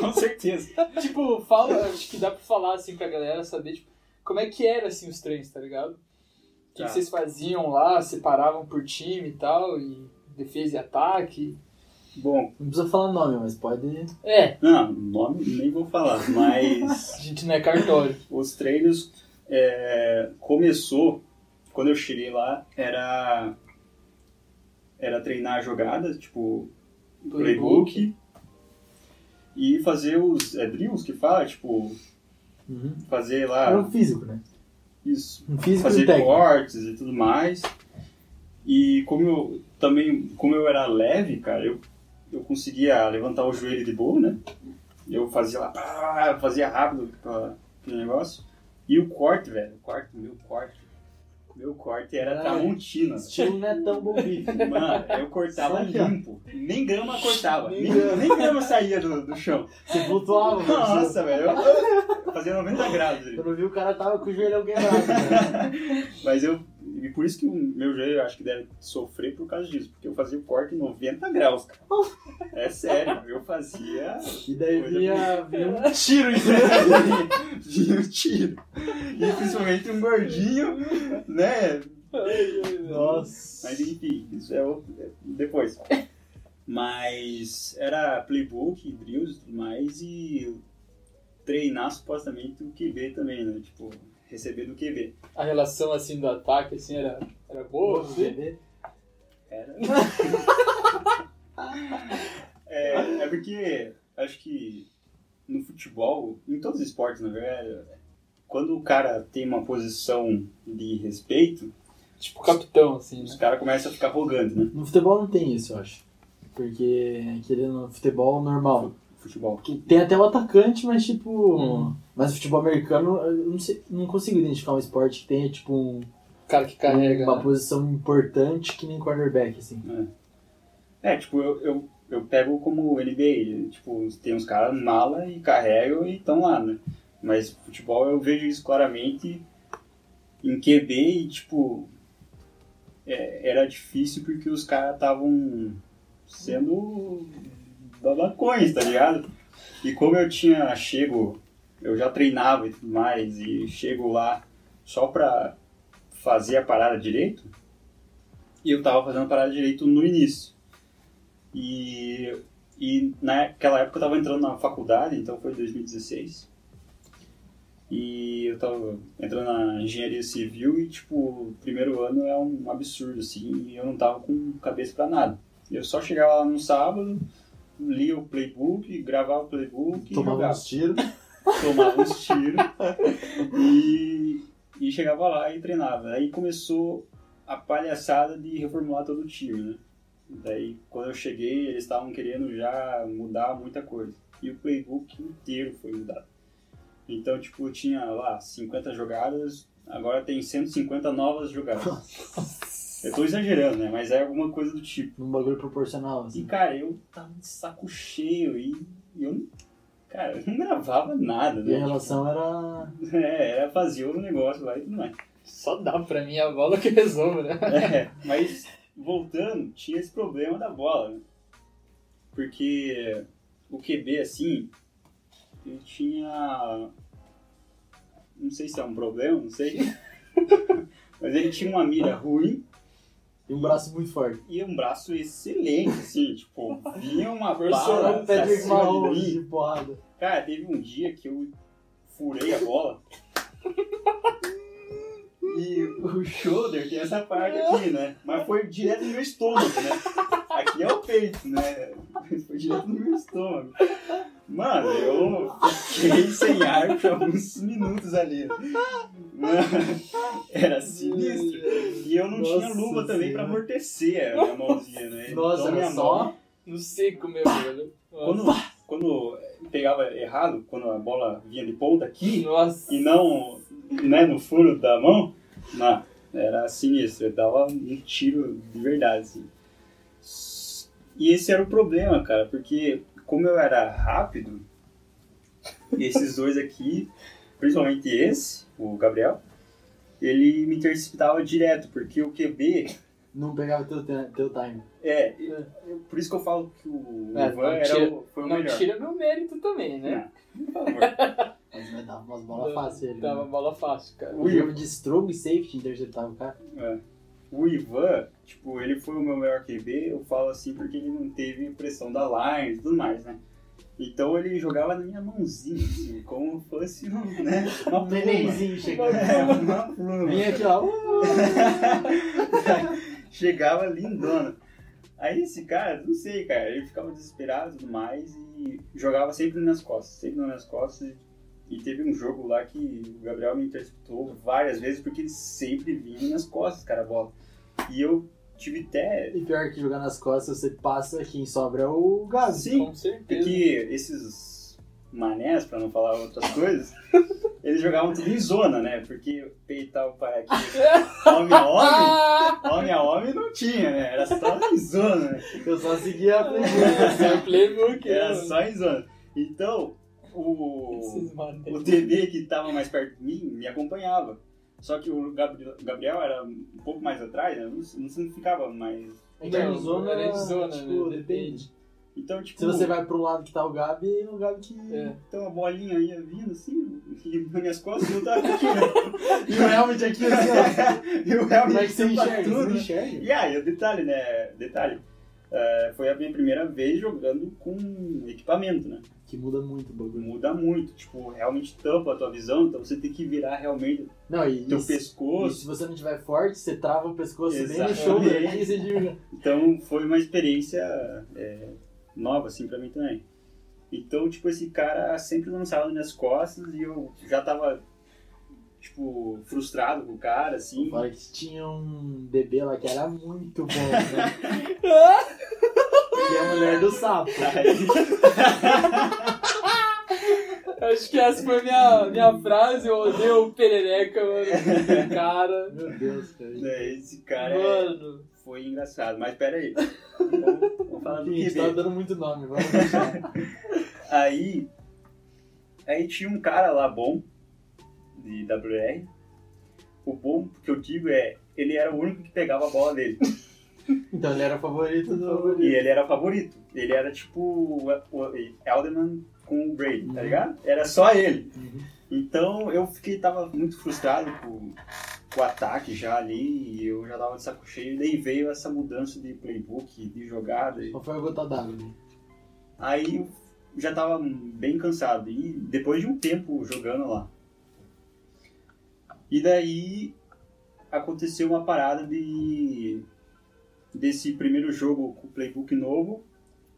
[SPEAKER 3] Com certeza.
[SPEAKER 2] tipo, fala, acho que dá pra falar assim pra galera saber, tipo, como é que era assim os treinos, tá ligado? O que,
[SPEAKER 3] Tá.
[SPEAKER 2] que vocês faziam lá, separavam por time e tal, e defesa e ataque.
[SPEAKER 3] Bom,
[SPEAKER 1] Não precisa falar nome, mas pode...
[SPEAKER 2] É,
[SPEAKER 3] Não, nome nem vou falar,
[SPEAKER 2] a
[SPEAKER 3] mas
[SPEAKER 2] gente não é cartório.
[SPEAKER 3] os treinos é, começou quando eu cheguei lá era era treinar jogadas, tipo playbook e fazer os é, drills que fala, tipo
[SPEAKER 1] Uhum.
[SPEAKER 3] fazer
[SPEAKER 1] Era
[SPEAKER 3] lá
[SPEAKER 1] um físico, né?
[SPEAKER 3] isso,
[SPEAKER 1] Um físico e
[SPEAKER 3] Ah. fazer
[SPEAKER 1] um técnico.
[SPEAKER 3] cortes e tudo mais. E como eu também como eu era leve, cara, eu eu conseguia levantar o joelho de boa, né? Eu fazia lá, pá, fazia rápido pra- aquele negócio. E o corte, velho, o corte, meu corte. Meu corte era
[SPEAKER 1] Ah.
[SPEAKER 3] Tramontina.
[SPEAKER 1] Estilo é netão bombife.
[SPEAKER 3] Mano, eu
[SPEAKER 1] Só
[SPEAKER 3] cortava
[SPEAKER 1] que, ó.
[SPEAKER 3] limpo. Nem grama cortava.
[SPEAKER 1] Nem
[SPEAKER 3] Nem,
[SPEAKER 1] grama.
[SPEAKER 3] nem grama saía do, do chão.
[SPEAKER 1] Você flutuava, né?
[SPEAKER 3] Nossa, velho. eu- Eu fazia 90 graus ali.
[SPEAKER 1] Quando viu, o cara tava com o joelhão quebrado. Né?
[SPEAKER 3] Mas eu. E por isso que o meu joelho eu acho que deve sofrer por causa disso. Porque eu fazia o corte em 90 graus, cara. É sério, eu fazia.
[SPEAKER 1] E daí
[SPEAKER 3] Coisa
[SPEAKER 1] vinha, vinha um tiro em cima.
[SPEAKER 3] Vinha o tiro. E principalmente um gordinho, né?
[SPEAKER 1] Nossa.
[SPEAKER 3] Mas enfim, isso é, o- é depois. Mas era playbook, drills e tudo mais, e treinar supostamente o QB também, né? Tipo, receber do QB.
[SPEAKER 2] A relação assim do ataque assim era, era boa, assim.
[SPEAKER 1] Entendeu?
[SPEAKER 3] Era. é, é porque acho que no futebol, em todos os esportes, na verdade, quando o cara tem uma posição de respeito,
[SPEAKER 2] Tipo capitão, assim,
[SPEAKER 3] os
[SPEAKER 2] né?
[SPEAKER 3] caras começam a ficar arrogante, né?
[SPEAKER 1] No futebol não tem isso, eu acho. Porque, querendo, no futebol normal.
[SPEAKER 3] Futebol.
[SPEAKER 1] Que Tem até o atacante, mas tipo.
[SPEAKER 2] Uhum.
[SPEAKER 1] Mas o futebol americano, eu não, sei, não consigo identificar um esporte que tenha, tipo, um-
[SPEAKER 2] O cara que carrega.
[SPEAKER 1] uma
[SPEAKER 2] né?
[SPEAKER 1] posição importante que nem quarterback, assim.
[SPEAKER 3] É, tipo, eu, eu, eu pego como NBA, tipo, tem uns caras mala e carregam e estão lá, né? Mas futebol eu vejo isso claramente em QB e, tipo, é, era difícil porque os caras estavam sendo babacões, tá ligado? E como eu tinha chego, eu já treinava e tudo mais, e chego lá só pra fazer a parada direito, e eu tava fazendo a parada direito no início. E, e naquela época eu tava entrando na faculdade, então foi 2016. E eu tava entrando na engenharia civil e, tipo, o primeiro ano é um absurdo, assim, e eu não tava com cabeça pra nada. Eu só chegava lá no sábado, lia o playbook, gravava o playbook e
[SPEAKER 1] Tomava
[SPEAKER 3] jogava.
[SPEAKER 1] uns tiros.
[SPEAKER 3] Tomava uns tiros e, e chegava lá e treinava. Aí começou a palhaçada de reformular todo o time, né? Daí, quando eu cheguei, eles estavam querendo já mudar muita coisa. E o playbook inteiro foi mudado. Então, tipo, tinha lá 50 jogadas, agora tem 150 novas jogadas. Eu tô exagerando, né? Mas é alguma coisa do tipo.
[SPEAKER 1] Num bagulho proporcional,
[SPEAKER 3] E,
[SPEAKER 1] assim.
[SPEAKER 3] cara, eu tava de saco cheio e eu, não- cara, eu não gravava nada,
[SPEAKER 1] E a
[SPEAKER 3] né?
[SPEAKER 1] relação era.
[SPEAKER 3] É, era fazer o negócio lá e tudo mais.
[SPEAKER 2] Só dá pra mim a bola que resolve, né?
[SPEAKER 3] É, mas, voltando, tinha esse problema da bola, né? Porque o QB, assim, ele tinha... Não sei se é um problema, não sei. mas ele tinha uma mira ruim
[SPEAKER 1] E um braço muito forte.
[SPEAKER 3] e um braço excelente, assim, tipo, vinha uma bala
[SPEAKER 1] Barcelona,
[SPEAKER 3] pra
[SPEAKER 1] Patrick
[SPEAKER 3] cima de
[SPEAKER 1] Mahomes
[SPEAKER 3] mim.
[SPEAKER 1] de porrada.
[SPEAKER 3] Cara, teve um dia que eu furei a bola. E o shoulder tem essa parte aqui, né? Mas foi direto no meu estômago, né? Aqui é o peito, né? Foi direto no meu estômago. Mano, eu fiquei sem ar por alguns minutos ali. Mano, era sinistro. E eu não tinha
[SPEAKER 1] Nossa
[SPEAKER 3] luva também
[SPEAKER 1] Senhora.
[SPEAKER 3] pra amortecer a minha mãozinha, né?
[SPEAKER 1] Nossa,
[SPEAKER 3] minha
[SPEAKER 1] era
[SPEAKER 3] mão-
[SPEAKER 1] só.
[SPEAKER 2] No seco, meu velho.
[SPEAKER 3] quando, quando pegava errado, quando a bola vinha de ponta aqui
[SPEAKER 2] Nossa.
[SPEAKER 3] e não né, no furo da mão, na- era sinistro, eu dava um tiro de verdade. assim. E esse era o problema, cara, porque como eu era rápido, esses dois aqui, principalmente esse, o Gabriel, ele me interceptava direto, porque o QB
[SPEAKER 1] Não pegava teu, te- teu time.
[SPEAKER 3] é. Por isso que eu falo que o
[SPEAKER 2] É, não
[SPEAKER 3] Ivan era
[SPEAKER 2] tira-
[SPEAKER 3] o, foi o
[SPEAKER 2] Não
[SPEAKER 3] melhor.
[SPEAKER 2] tira meu mérito também, né?
[SPEAKER 3] Não, por favor.
[SPEAKER 1] Mas vai dar umas bolas fáceis ali.
[SPEAKER 2] Dava
[SPEAKER 1] né?
[SPEAKER 2] bola fácil, cara.
[SPEAKER 1] O jogo de strong safety interceptava o cara.
[SPEAKER 3] O Ivan, tipo, ele foi o meu melhor QB, eu falo assim porque ele não teve pressão da line e tudo mais, né? Então ele jogava na minha mãozinha, assim, como fosse um, né, uma
[SPEAKER 1] Um
[SPEAKER 3] pluma.
[SPEAKER 1] nenenzinho chegando.
[SPEAKER 3] É, uma pluma.
[SPEAKER 1] Vem aqui, ó.
[SPEAKER 3] Chegava lindona. Aí esse cara, não sei, cara, ele ficava desesperado e tudo mais e jogava sempre nas minhas costas, sempre nas minhas costas. E e teve um jogo lá que o Gabriel me interceptou várias vezes porque ele sempre vinha nas minhas costas, cara, a bola. E eu tive até
[SPEAKER 1] E pior que jogar nas costas, você passa, quem sobra é o Gazi.
[SPEAKER 3] Sim,
[SPEAKER 2] Com certeza.
[SPEAKER 3] porque esses manés, pra não falar outras coisas, eles jogavam tudo em zona, né? Porque peitar o pai aqui, homem a homem,
[SPEAKER 2] Ah!
[SPEAKER 3] homem a homem não tinha, né? Era só em zona, né?
[SPEAKER 1] Eu só seguia a frente.
[SPEAKER 2] Esse é o playbook,
[SPEAKER 3] Era
[SPEAKER 2] né,
[SPEAKER 3] só em zona. Então,
[SPEAKER 2] mano?
[SPEAKER 3] o,
[SPEAKER 2] Esses mané.
[SPEAKER 3] o DB que tava mais perto de mim me acompanhava. Só que o Gabriel, Gabriel era um pouco mais atrás, né? Não, não ficava mais.
[SPEAKER 1] É que a
[SPEAKER 2] Não,
[SPEAKER 1] zona,
[SPEAKER 2] era em zona,
[SPEAKER 1] tipo,
[SPEAKER 2] né?
[SPEAKER 1] depende.
[SPEAKER 3] Então, tipo,
[SPEAKER 1] Se você vai pro lado que tá o Gabi, é o Gabi que.
[SPEAKER 2] É.
[SPEAKER 3] então a bolinha ia vindo assim, e nas minhas costas, e eu tava aqui, né?
[SPEAKER 1] E o Helmet aqui, assim, ó.
[SPEAKER 3] eu
[SPEAKER 1] Como é
[SPEAKER 3] realmente
[SPEAKER 1] que você
[SPEAKER 3] sempre
[SPEAKER 1] enxerga? Você não
[SPEAKER 3] tudo.
[SPEAKER 1] enxerga?
[SPEAKER 3] E aí, o detalhe, né? Detalhe. eh, foi a minha primeira vez jogando com equipamento, né?
[SPEAKER 1] Que muda muito o bagulho. né?
[SPEAKER 3] Muda muito, tipo, realmente tampa a tua visão, então você tem que virar realmente
[SPEAKER 1] Não, e,
[SPEAKER 3] teu
[SPEAKER 1] e se, e
[SPEAKER 3] pescoço.
[SPEAKER 1] se você não tiver forte, você trava o pescoço bem no
[SPEAKER 3] Exatamente.
[SPEAKER 1] shoulder aqui, você diga.
[SPEAKER 3] Então foi uma experiência eh, nova, assim, pra mim também. Então, tipo, esse cara sempre lançava nas minhas costas e eu já tava, tipo, frustrado com o cara, assim.
[SPEAKER 1] Fala que tinha um bebê lá que era muito bom, né?
[SPEAKER 2] É.
[SPEAKER 1] que é a mulher do sapo.
[SPEAKER 3] Aí-
[SPEAKER 2] Acho que essa foi minha, minha frase. Eu odeio o perereca, mano. Cara.
[SPEAKER 1] Meu Deus, cara.
[SPEAKER 3] né, esse cara é-
[SPEAKER 2] Mano.
[SPEAKER 3] Foi engraçado, mas peraí. Vamos, vamos falar do
[SPEAKER 1] Gente, tá
[SPEAKER 3] QB.
[SPEAKER 1] dando muito nome, vamos deixar.
[SPEAKER 3] Aí, Aí tinha um cara lá bom, de WR. O bom que eu digo é, ele era o único que pegava a bola dele.
[SPEAKER 1] Então ele era o favorito do.
[SPEAKER 3] E ele era favorito. Ele era tipo o o Elderman com o Brady, tá
[SPEAKER 1] Uhum.
[SPEAKER 3] ligado? Era só ele.
[SPEAKER 1] Uhum.
[SPEAKER 3] Então eu fiquei, tava muito frustrado com, com o ataque já ali, e eu já tava de saco cheio. Daí veio essa mudança de playbook, de jogada. e-
[SPEAKER 1] Só foi a gota d'água. né?
[SPEAKER 3] Aí eu já tava bem cansado. E depois de um tempo jogando lá. E daí aconteceu uma parada de desse primeiro jogo com o playbook novo.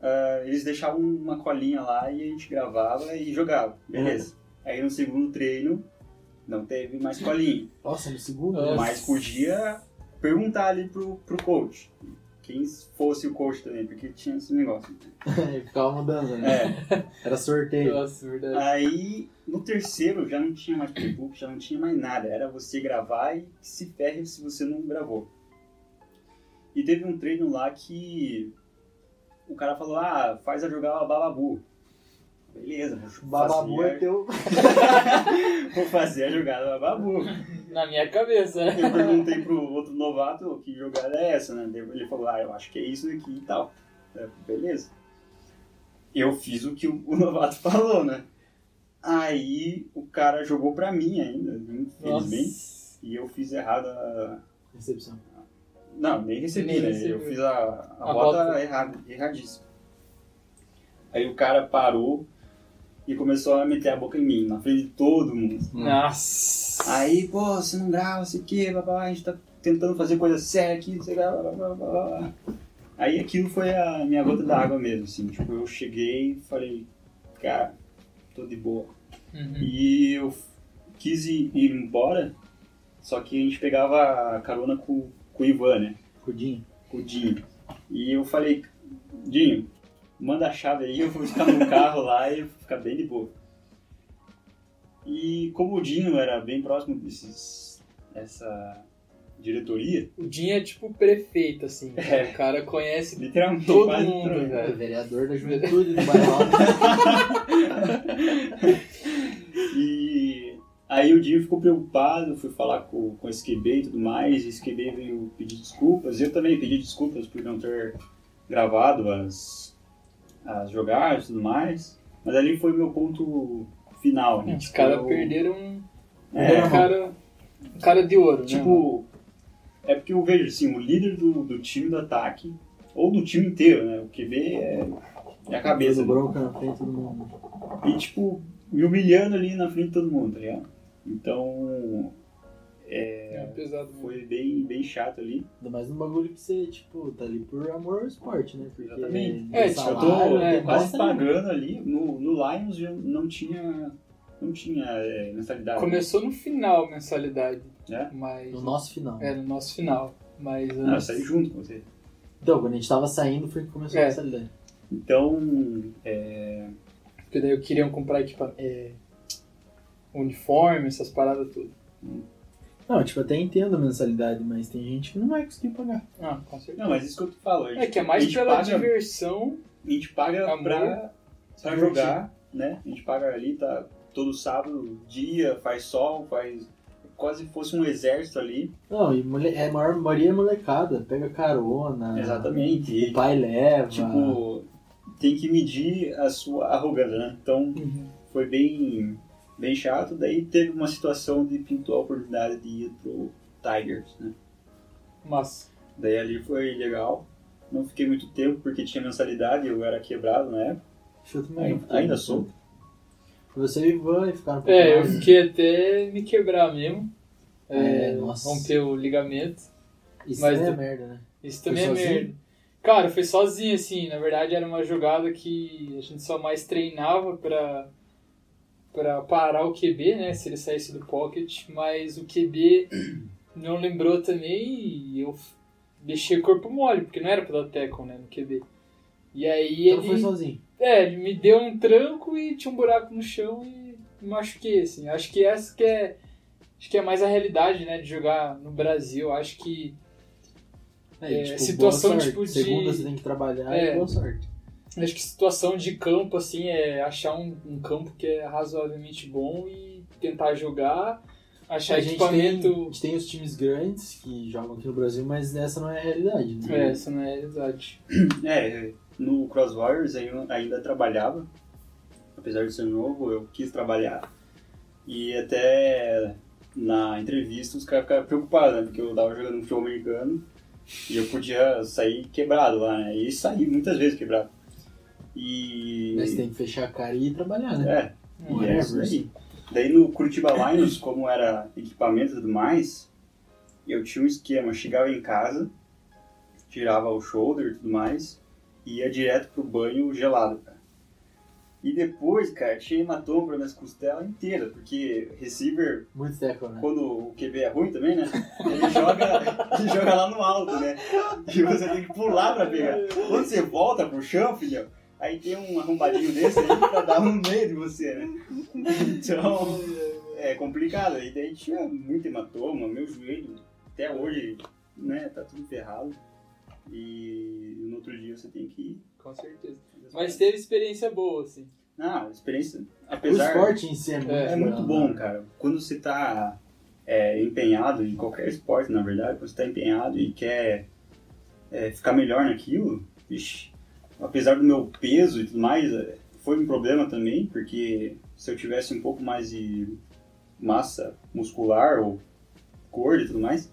[SPEAKER 3] ah, eles deixavam uma colinha lá e a gente gravava e jogava. Beleza. Aí no segundo treino não teve mais colinha.
[SPEAKER 1] Nossa, no segundo?
[SPEAKER 2] Nossa.
[SPEAKER 3] Mas podia perguntar ali pro, pro coach. Quem fosse o coach também, porque tinha esse negócio.
[SPEAKER 1] É, Ele ficava mudando, né?
[SPEAKER 3] É.
[SPEAKER 1] Era sorteio.
[SPEAKER 2] Nossa, verdade.
[SPEAKER 3] Aí, no terceiro, já não tinha mais playbook, já não tinha mais nada. Era você gravar e que se ferre se você não gravou. E teve um treino lá que o cara falou, ah, faz a jogada bababu. Beleza, vou
[SPEAKER 1] Bababu é
[SPEAKER 3] fazer,
[SPEAKER 1] teu.
[SPEAKER 3] a... vou fazer a jogada bababu.
[SPEAKER 2] Na minha cabeça, né?
[SPEAKER 3] Eu perguntei pro outro novato "Ô, que jogada é essa, né? Daí Ele falou, ah, eu acho que é isso aqui e tal. Eu, Beleza. Eu fiz o que o o novato falou, né? Aí o cara jogou pra mim ainda, infelizmente.
[SPEAKER 2] Nossa.
[SPEAKER 3] E eu fiz errado a...
[SPEAKER 1] Recepção.
[SPEAKER 3] Não, nem recebi,
[SPEAKER 2] Nem
[SPEAKER 3] né?
[SPEAKER 2] recebeu.
[SPEAKER 3] Eu fiz a, a,
[SPEAKER 2] A
[SPEAKER 3] rota
[SPEAKER 2] rota.
[SPEAKER 3] errada, erradíssima. Aí o cara parou e começou a meter a boca em mim, na frente de todo mundo.
[SPEAKER 2] Nossa.
[SPEAKER 3] Aí, pô, você não grava, sei o que, blá, blá, blá, a gente tá tentando fazer coisa séria aqui, não sei o que, blá, blá, blá, blá, blá. Aí aquilo foi a minha gota d'água mesmo, assim, tipo, eu cheguei e falei, cara, tô de boa.
[SPEAKER 2] Uhum.
[SPEAKER 3] E eu quis ir ir embora, só que a gente pegava a carona com, com o Ivan, né,
[SPEAKER 1] Cudinho.
[SPEAKER 3] com o Dinho. E eu falei, Dinho, manda a chave aí, eu vou ficar no carro lá e ficar bem de boa. E como o Dinho era bem próximo desses, dessa diretoria,
[SPEAKER 2] O Dinho é tipo prefeito, assim. né? O cara conhece
[SPEAKER 3] literalmente
[SPEAKER 2] todo
[SPEAKER 3] quase
[SPEAKER 2] mundo,
[SPEAKER 3] entrou.
[SPEAKER 1] É,
[SPEAKER 2] velho.
[SPEAKER 1] vereador da juventude do bairro alto.
[SPEAKER 3] E aí o Dinho ficou preocupado, fui falar com, com esse QB e tudo mais, e esse QB veio pedir desculpas, eu também pedi desculpas por não ter gravado as, as jogadas e tudo mais, mas ali foi meu ponto final, né?
[SPEAKER 2] Os caras
[SPEAKER 3] eu-
[SPEAKER 2] perderam um,
[SPEAKER 3] É,
[SPEAKER 2] um cara, um cara de ouro, né? mano?
[SPEAKER 3] Tipo, é porque eu vejo assim, o líder do, do time do ataque, ou do time inteiro, né? O QB é, é a cabeça.
[SPEAKER 1] Dando bronca na frente do mundo.
[SPEAKER 3] E tipo, me humilhando ali na frente de todo mundo, tá ligado? Então
[SPEAKER 2] É pesado. mano.
[SPEAKER 3] foi bem, bem chato ali.
[SPEAKER 1] Ainda mais um bagulho que você, tipo, tá ali por amor ao esporte, né? Porque
[SPEAKER 3] Exatamente.
[SPEAKER 1] tem
[SPEAKER 2] É, tipo,
[SPEAKER 3] Eu
[SPEAKER 1] salário,
[SPEAKER 3] tô
[SPEAKER 1] tem
[SPEAKER 2] é,
[SPEAKER 3] quase
[SPEAKER 1] bosta nenhuma.
[SPEAKER 3] pagando ali. No, no Lions eu não tinha. Não tinha é, mensalidade.
[SPEAKER 2] Começou no final a mensalidade.
[SPEAKER 3] É?
[SPEAKER 2] Mas.
[SPEAKER 1] No nosso final.
[SPEAKER 2] É, no nosso final. Mas.
[SPEAKER 3] Não, eu
[SPEAKER 2] antes-
[SPEAKER 3] saí junto com você.
[SPEAKER 1] Então, quando a gente tava saindo, foi que começou
[SPEAKER 2] É.
[SPEAKER 1] a mensalidade.
[SPEAKER 3] Então,
[SPEAKER 2] Porque daí eu queriam comprar equipa, é, uniforme, essas paradas tudo.
[SPEAKER 1] Não, tipo, até entendo a mensalidade, mas tem gente que não vai conseguir pagar.
[SPEAKER 2] Ah, com certeza.
[SPEAKER 3] não, mas isso que eu te falo. A gente,
[SPEAKER 2] É que é mais
[SPEAKER 3] a gente
[SPEAKER 2] pela
[SPEAKER 3] paga,
[SPEAKER 2] diversão.
[SPEAKER 3] A gente paga
[SPEAKER 2] Amor.
[SPEAKER 3] pra, pra
[SPEAKER 1] Divertir.
[SPEAKER 3] jogar, né? A gente paga ali, tá todo sábado, dia, faz sol, faz. Quase fosse um exército ali.
[SPEAKER 1] Não, e mole... é, a maior maioria é molecada. Pega
[SPEAKER 2] Ah.
[SPEAKER 1] carona.
[SPEAKER 3] Exatamente.
[SPEAKER 1] O
[SPEAKER 3] E,
[SPEAKER 1] pai leva.
[SPEAKER 3] tipo, tem que medir a sua arrogância, né? Então, foi bem, bem chato. Daí teve uma situação de pintou a oportunidade de ir pro Tigers, né?
[SPEAKER 2] Mas.
[SPEAKER 3] Daí ali foi legal. Não fiquei muito tempo porque tinha mensalidade, eu era quebrado na época.
[SPEAKER 1] Chuta
[SPEAKER 3] Ainda, ainda sou.
[SPEAKER 1] Você e o Ivan ficaram um pouco
[SPEAKER 2] É, eu
[SPEAKER 1] mais.
[SPEAKER 2] fiquei até me quebrar mesmo.
[SPEAKER 1] É, nossa.
[SPEAKER 2] Romper o ligamento.
[SPEAKER 1] Isso
[SPEAKER 2] mas
[SPEAKER 1] é
[SPEAKER 2] de-
[SPEAKER 1] merda, né?
[SPEAKER 2] Isso
[SPEAKER 1] Foi
[SPEAKER 2] também é
[SPEAKER 1] sozinho?
[SPEAKER 2] merda. Cara, foi sozinho, assim. Na verdade, era uma jogada que a gente só mais treinava pra, pra parar o QB, né? Se ele saísse do pocket. Mas o QB não lembrou também e eu f- deixei o corpo mole, porque não era pra dar tackle, né? No QB. E aí
[SPEAKER 1] Então
[SPEAKER 2] ele...
[SPEAKER 1] foi sozinho.
[SPEAKER 2] É, ele me deu um tranco e tinha um buraco no chão e me machuquei, assim. Acho que essa que é. Acho que é mais a realidade, né, de jogar no Brasil. Acho que
[SPEAKER 1] É,
[SPEAKER 2] É,
[SPEAKER 1] tipo,
[SPEAKER 2] situação
[SPEAKER 1] boa
[SPEAKER 2] tipo
[SPEAKER 1] sorte.
[SPEAKER 2] de-
[SPEAKER 1] Segunda você tem que trabalhar
[SPEAKER 2] É.
[SPEAKER 1] e boa sorte.
[SPEAKER 2] Acho que situação de campo, assim, é achar um, um campo que é razoavelmente bom e tentar jogar, achar
[SPEAKER 1] a, gente tem, a
[SPEAKER 2] equipamento.
[SPEAKER 1] gente tem os times grandes que jogam aqui no Brasil, mas essa não é a realidade.
[SPEAKER 2] É,
[SPEAKER 1] Né?
[SPEAKER 2] essa não é a realidade.
[SPEAKER 3] É, no Cross Warriors eu ainda trabalhava, apesar de ser novo, eu quis trabalhar. E até na entrevista os caras ficaram preocupados, né? Porque eu tava jogando um futebol americano e eu podia sair quebrado lá, né? E saí muitas vezes quebrado. E.
[SPEAKER 1] Mas tem que fechar a cara e ir trabalhar, né?
[SPEAKER 3] É,
[SPEAKER 2] Hum.
[SPEAKER 3] e é isso aí. Daí no Curitiba Lions, como era equipamento e tudo mais, eu tinha um esquema, chegava em casa, tirava o shoulder e tudo mais, e ia direto pro banho gelado, cara. E depois, cara, tinha hematoma pra minhas costelas inteiras, porque receiver,
[SPEAKER 1] Muito tackle, né?
[SPEAKER 3] quando o QB é ruim também, né? Ele joga, ele joga lá no alto, né? E você tem que pular pra pegar. Quando você volta pro chão, filhão, aí tem um arrombadinho desse aí pra dar um meio de você, né? Então, é complicado. E daí tinha muito hematoma, meu joelho, até hoje, né, tá tudo ferrado. E no outro dia você tem que ir.
[SPEAKER 2] Com certeza. Mas teve experiência boa, assim.
[SPEAKER 3] Não, a Ah, experiência,
[SPEAKER 1] O
[SPEAKER 3] apesar...
[SPEAKER 1] esporte em si é muito,
[SPEAKER 2] É,
[SPEAKER 3] É muito bom, cara. Quando você tá é, empenhado em qualquer esporte, na verdade, quando você tá empenhado e quer é, ficar melhor naquilo, ixi, apesar do meu peso e tudo mais, é, foi um problema também, porque se eu tivesse um pouco mais de massa muscular ou cor e tudo mais,